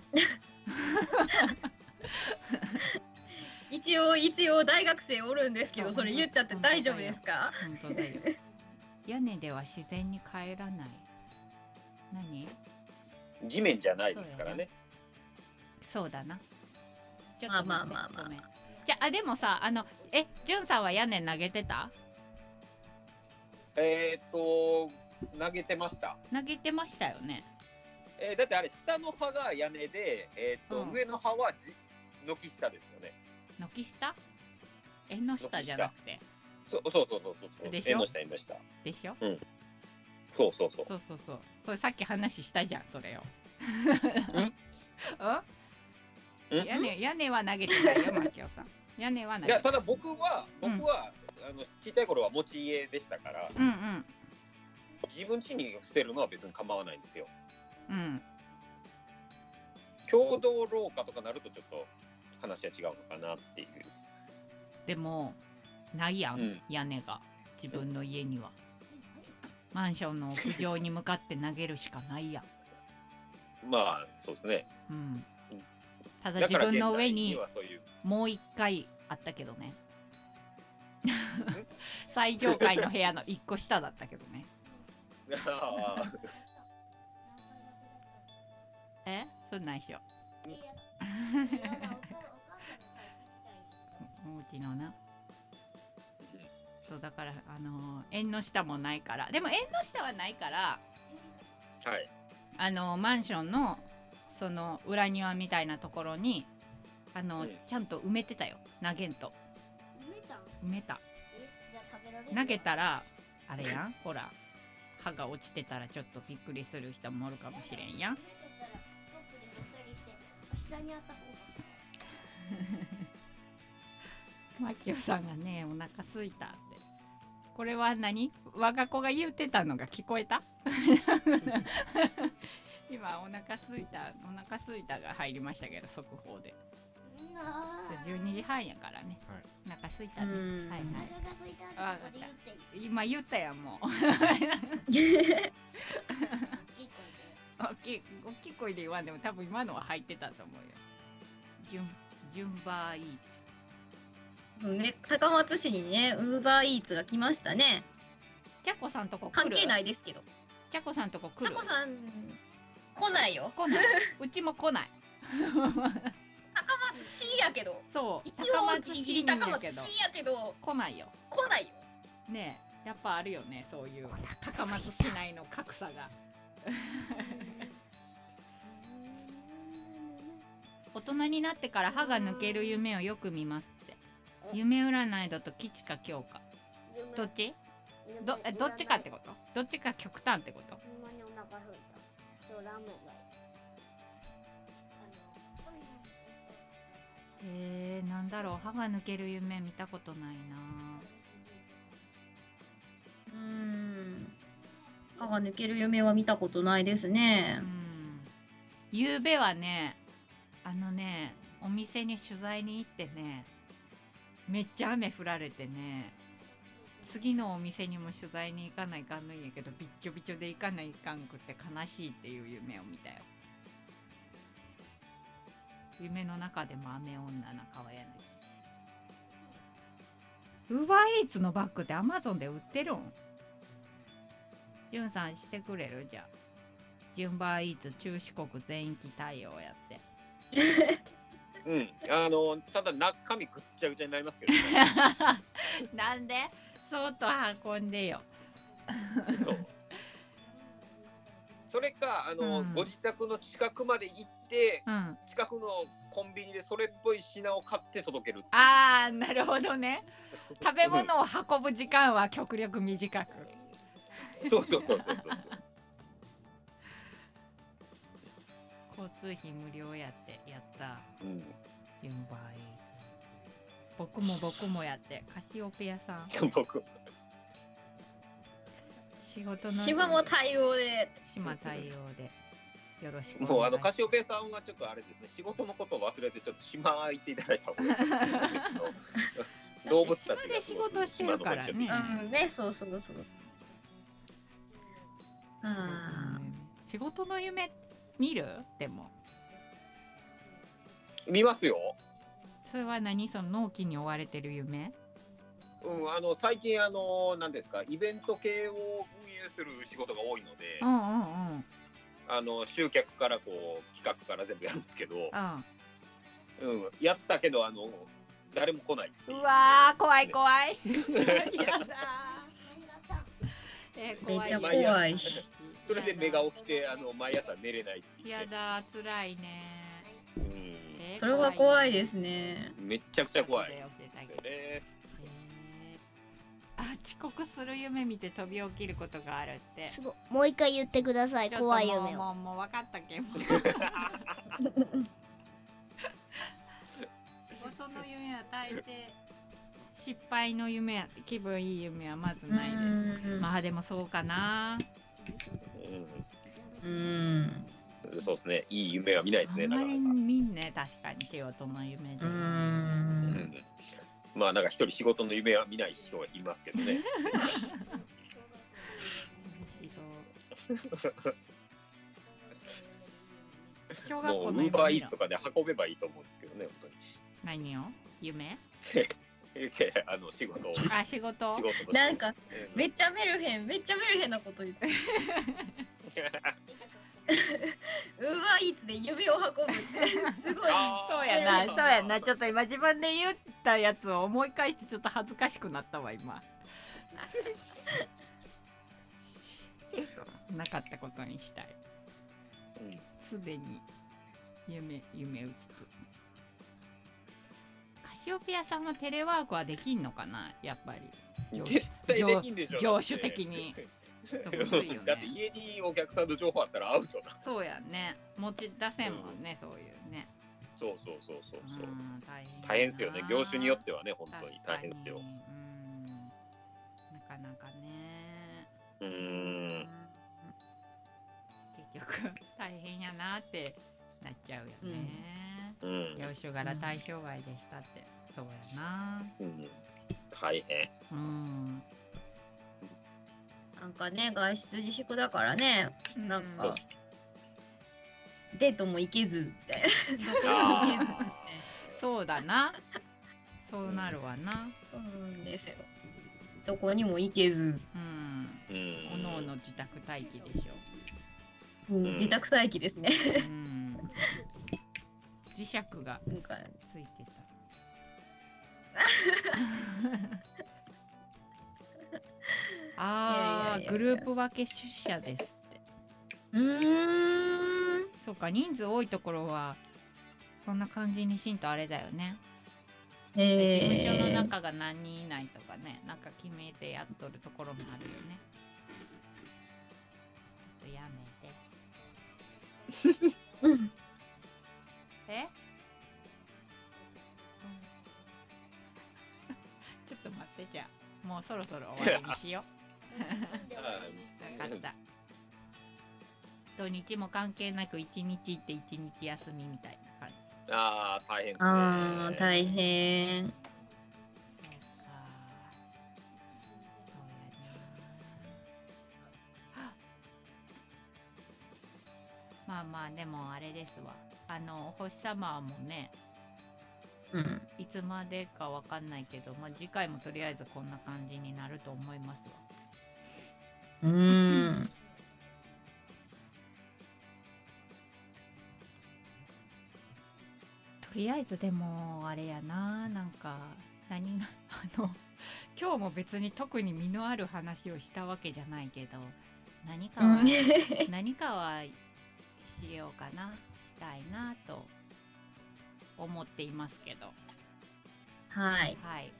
一応一応大学生おるんですけそどうそれ言っちゃって大丈夫ですか本当 <laughs> だよ屋根では自然に帰らない何地面じゃないですからね。そうだなちまあまあまあまあごめんじゃあでもさあのえ純さんは屋根投げてたえーっと投げてました。投げてましたよねえーだってあれ下の歯が屋根で、えーっとうん上の歯はじ軒下ですよね。軒下縁の下じゃなくてそうそうそうそうそう。でしょ縁の下縁の下。でしょそうそうそう。そうそうそうそれさっき話したじゃんそれを <laughs> んうん屋根屋根は投げて <laughs> ないよマキオさん屋根は投いげやてただ僕はうん僕は、あのちっちゃい頃は持ち家でしたからうんうん自分家に捨てるのは別に構わないんですよ。うん共同廊下とかなるとちょっと話は違うのかなっていう。でもないやん、うん屋根が自分の家にはマンションの屋上に向かって投げるしかないやん、まあそうですね。うん、ただだ自から分現の上代ににはそういうもう一回あったけどね <laughs> 最上階の部屋の一個下だったけどねあーえそんなんしょおうちのなそうだからあのー縁の下もないからでも縁の下はないからはい。あのーマンションのその裏庭みたいなところにあのーうんちゃんと埋めてたよ投げんと埋めた投げたらあれやんほら歯が落ちてたらちょっとびっくりする人もおるかもしれんやんマキオさんがねお腹すいたってこれは何我が子が言ってたのが聞こえ <laughs> た今お腹すいたお腹すいたが入りましたけど速報でそう12時半やからね、はいお腹すいたうね、んはいおはい腹が空いたってここで言っていい今言ったやんもうい結構大きい大きい声で言わんでも多分今のは入ってたと思うよ。順順バーイーツそう <laughs> ね、高松市にね、ウーバーイーツが来ましたね。ちゃこさんとこ来関る。。係ないいですけど。ちゃこさんとこ来さる。こさん、来ないよ。来ない。うちも来ない。高松市やけど。そう。一応、ギ高リ松ギ市リ民高や松けど市やけど、来ないよ。来ないよ。ねえやっぱあるよねそういう高松市内の格差が大人になってから歯が抜ける夢をよく見ますって夢占いだと吉か凶かどっちどえどっちかってことどっちか極端ってことほんまにお腹空いた。今日ラーメンがいい。あのえー、なんだろう歯が抜ける夢見たことないなうーん。歯が抜ける夢は見たことないですねう。んゆうべはねあのねお店に取材に行ってねめっちゃ雨降られてね次のお店にも取材に行かないかんのんやけどびっちょびちょで行かないかんくって悲しいっていう夢を見たよ夢の中でも雨女な川柳ウーバーイーツのバッグってアマゾンで売ってるんじゅんさんしてくれるじゃあ順番イーツ中四国全域対応や <laughs> ってうん、あのただ中身ぐっちゃぐちゃになりますけど、ね、なんでそうと運んでよそうそれかあの、うんご自宅の近くまで行ってうんあ近くのコンビニでそれっぽい品を買って届けるあーなるほどね食べうん物を運ぶ時間は極力短くそうそうそうそうそう交通費無料やってやったうん、順番イーツ僕も僕もやってカシオペアさん僕仕事の島も対応で。島対応でよろしくお願いしますもうあのカシオペさんはちょっとあれですね仕事のことを忘れてちょっと島行っていただいた方がいいかもしれない別の <laughs> 動物たちが過ご島で仕事すしてるからね島の方に行っちゃってうん、ね、そうそうそう。あ仕事の夢見るでも見ますよ、それは何その納期に追われてる夢うん、あの最近あの何ですかイベント系を運営する仕事が多いので、うんうんうんあの集客からこう企画から全部やるんですけど、うんうん、やったけどあの誰も来ないっていううわー怖い怖 <laughs> いやだー、えー、め怖っいちゃよ怖いし。それで目が起きてあの毎朝寝れないっていうやね、だー辛いねうん、えーそれは怖いよですね。めっちゃくちゃ怖い後で教でえてあすげよるねえーあ遅刻する夢見て飛び起きることがあるってすごい。もう一回言ってください。ちょっと怖いもう夢を。もうもう分かった <laughs> けんも <laughs> う仕事の夢は大抵失敗の夢やって気分いい夢はまずないですうんまあでもそうかなうん。うん、そうですねいい夢は見ないですねあんなまかりなか、見んね確かに仕事の夢でう。うんん、まあなんか一人仕事の夢は見ない人はいますけどね <laughs> 小学も校うウの夢ーバーイ見ーろツとかで運べばいいと思うんですけどね本何を夢当に違うあの仕事を仕あ仕事事としてなんか、うんめっちゃメルヘン、めっちゃメルヘンなこと言って。ウーバーイーツで夢を運ぶって、す <laughs> ごい。あーそうやな、そうやな、ちょっと今自分で言ったやつを思い返してちょっと恥ずかしくなったわ今。なかったことにしたい。うんすでに夢夢うつつ。カシオペアさんはテレワークはできんのかなやっぱり。業種絶対できんでしょ業だって種的に <laughs> うんむずいよ <laughs> だってね。家にお客さんの情報あったらアウトなそうやね。持ち出せんもんね、そういうね。そうそうそうそううそうん大変だな大変ですよね業種によってはね本当に確か大変ですようんなかなかねうーん結局大変やなってなっちゃうよね、うん業種柄対象外でしたってそうやなうん <laughs> 大変うんなんかね、外出自粛だからね、なんうかん。デートも行けずってどこも行けずあそうだなそうなるわなそうなんですよどこにも行けず、うんーうん <laughs> おのおの自宅待機でしょうん自宅待機ですねうん磁石がなんかついてた。ああいやいやいやいやグループ分け出社ですって。うーんそうか人数多いところはそんな感じにしんとあれだよね。えー事務所の中が何人以内とかねなんか決めてやっとるところもあるよね。ちょっとやめて。 <laughs> うんえ、 <laughs> ちょっと待ってじゃあもうそろそろ終わりにしようなかった土日も関係なく一日って一日休みみたいな感じあー大変ですね。あー大変そうかそうやなまあまあでもあれですわあのお星様もねうんいつまでかわかんないけど、まあ、次回もとりあえずこんな感じになると思いますわ。うーんとりあえずでもあれやななんか何があの今日も別に特に身のある話をしたわけじゃないけど何かは、何かはしようかなしたいなと思っていますけどはいはい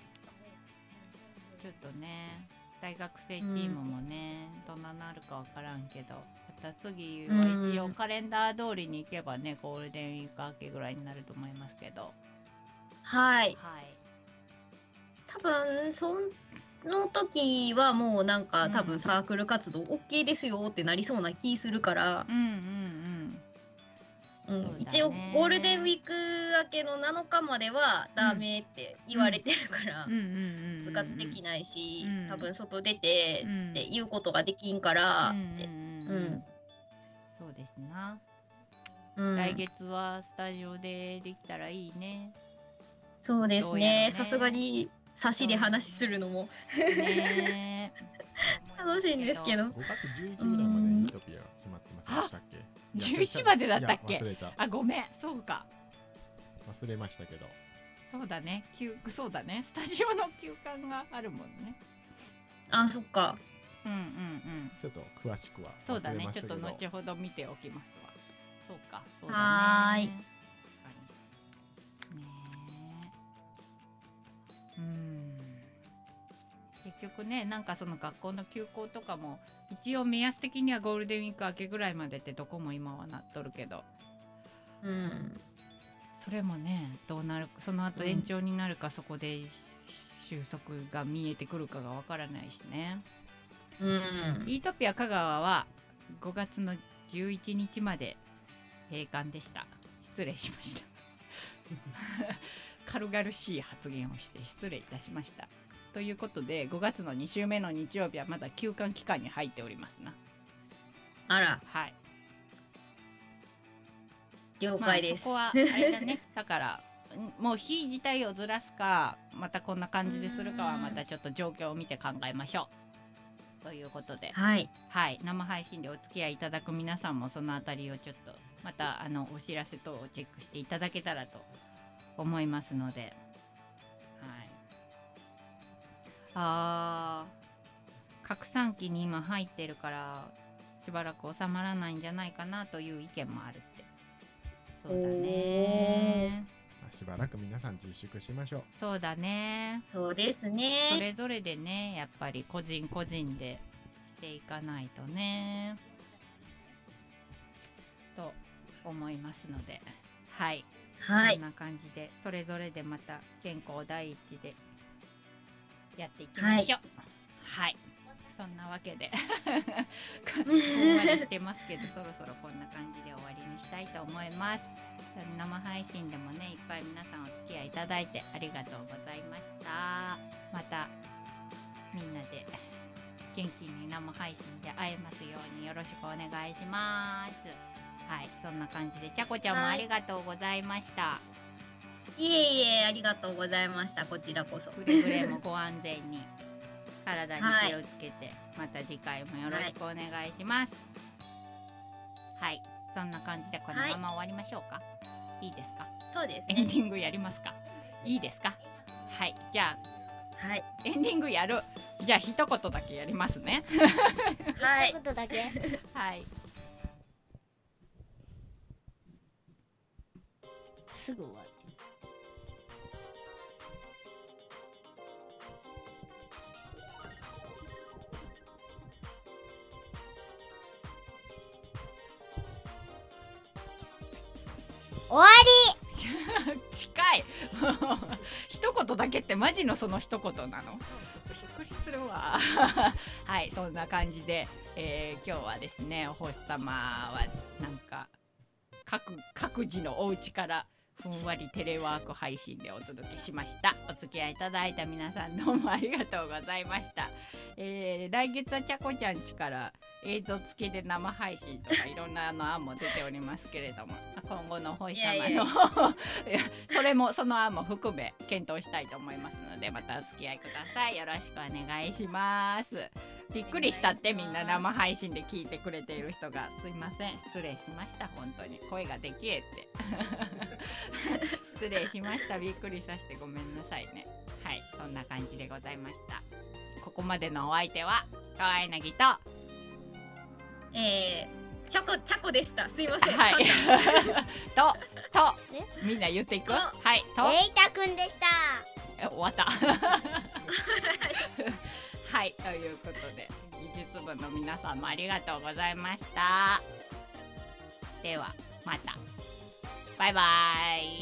ちょっとね大学生チームもね、どんななるかわからんけどまた次は一応うんカレンダー通りに行けばね、ゴールデンウィーク明けぐらいになると思いますけどはいはい多分その時はもうなんうかん多分サークル活動 OK ですよってなりそうな気するからう、んうんうんそうだね一応ゴールデンウィーク明けの7日まではダメって言われてるから、うんうんうんうん部活できないし、うん多分外出てうんって言うことができんから、ってうんううんうんんそうですな、うん来月はスタジオでできたらいいねそうですどうやらねねさすがに差しで話するのもね <laughs> 楽しいんですけど5月11ぐらいまでイートピアが決まってませんでしたっ <laughs> けいやちょ11までだったっけいや忘れたあごめんそうか忘れましたけどそうだね休そうだねスタジオの休館があるもんねあそっかうんうんうんちょっと詳しくはそうだ忘れねましちょたっけどと後ほど見ておきますわそうかそうだねはーい確かにねえうん結局ねなんかその学校の休校とかも一応目安的にはゴールデンウィーク明けぐらいまでってどこも今はなっとるけどうんそれもねどうなるその後うん延長になるか、そこで収束が見えてくるかがわからないしね。うんイートピア香川は5月の11日まで閉館でした失礼しま <laughs> した軽々しい発言をして失礼いたしましたということで5月の2週目の日曜日はまだ休館期間に入っておりますなあらはい了まあ解でそす、こはあれだね <laughs> だからんもう日自体をずらすかまたこんな感じでするかはうんまたちょっと状況を見て考えましょうということではいはい、生配信でお付き合いいただく皆さんもそのあたりをちょっとまたあのお知らせ等をチェックしていただけたらと思いますので、はい、あー拡散期に今入ってるからしばらく収まらないんじゃないかなという意見もあるってそうだねまあしばらく皆さん自粛しましょうそうだねそうですそねれぞれでねやっぱり個人個人でしていかないとねと思いますのではい、はそんいな感じでそれぞれでまた健康第一でやっていきましょうはい、そんなわけで <laughs> こんがりしてますけどそろそろこんな感じで終わりにしたいと思います生配信でもねいっぱい皆さんお付き合いいただいてありがとうございましたまたみんなで元気に生配信で会えますようによろしくお願いしますはい、そんな感じで、ちゃこちゃんもはあいりがとうございました。いえいえ、ありがとうございました。こちらこそ。くれぐれもご安全に、体に気をつけて、また次回もよろしくお願いします。はい、そんな感じでこのまま終わりましょうか。い、いですか？そうですエンねデ。ィングやりますか？いいですか？はい、じゃあ <laughs> はい。エンディングやる。じゃあ一言だけやりますね。はい。一言だけ。はい。すぐ終わる。終わ近い <laughs> 一言だけってマジのその一言なのびっくりするわはいそんな感じで、えー今日はですねお星様はなんか各各自のお家からふんわりテレワーク配信でお届けしましたお付き合いいただいた皆さんどうもありがとうございました、えー来月はちゃこちゃんちから映像付きで生配信とかいろんなあの案も出ておりますけれども今後のお星様のいやいやいや <laughs> それもその案も含め検討したいと思いますのでまたお付き合いくださいよろしくお願いしますびっくりしたってみんな生配信で聞いてくれている人がすいません失礼しました本当に声ができえって <laughs> 失礼しましたびっくりさせてごめんなさいねはいそんな感じでございましたここまでのお相手は河合凪とえー、チャコチャコでした。すいません。はい <laughs> <laughs> 噛んだととえみんな言っていくとはいとり。えいたくんでした。え終わったはいということで技術部の皆さんもありがとうございましたではまたバイバイ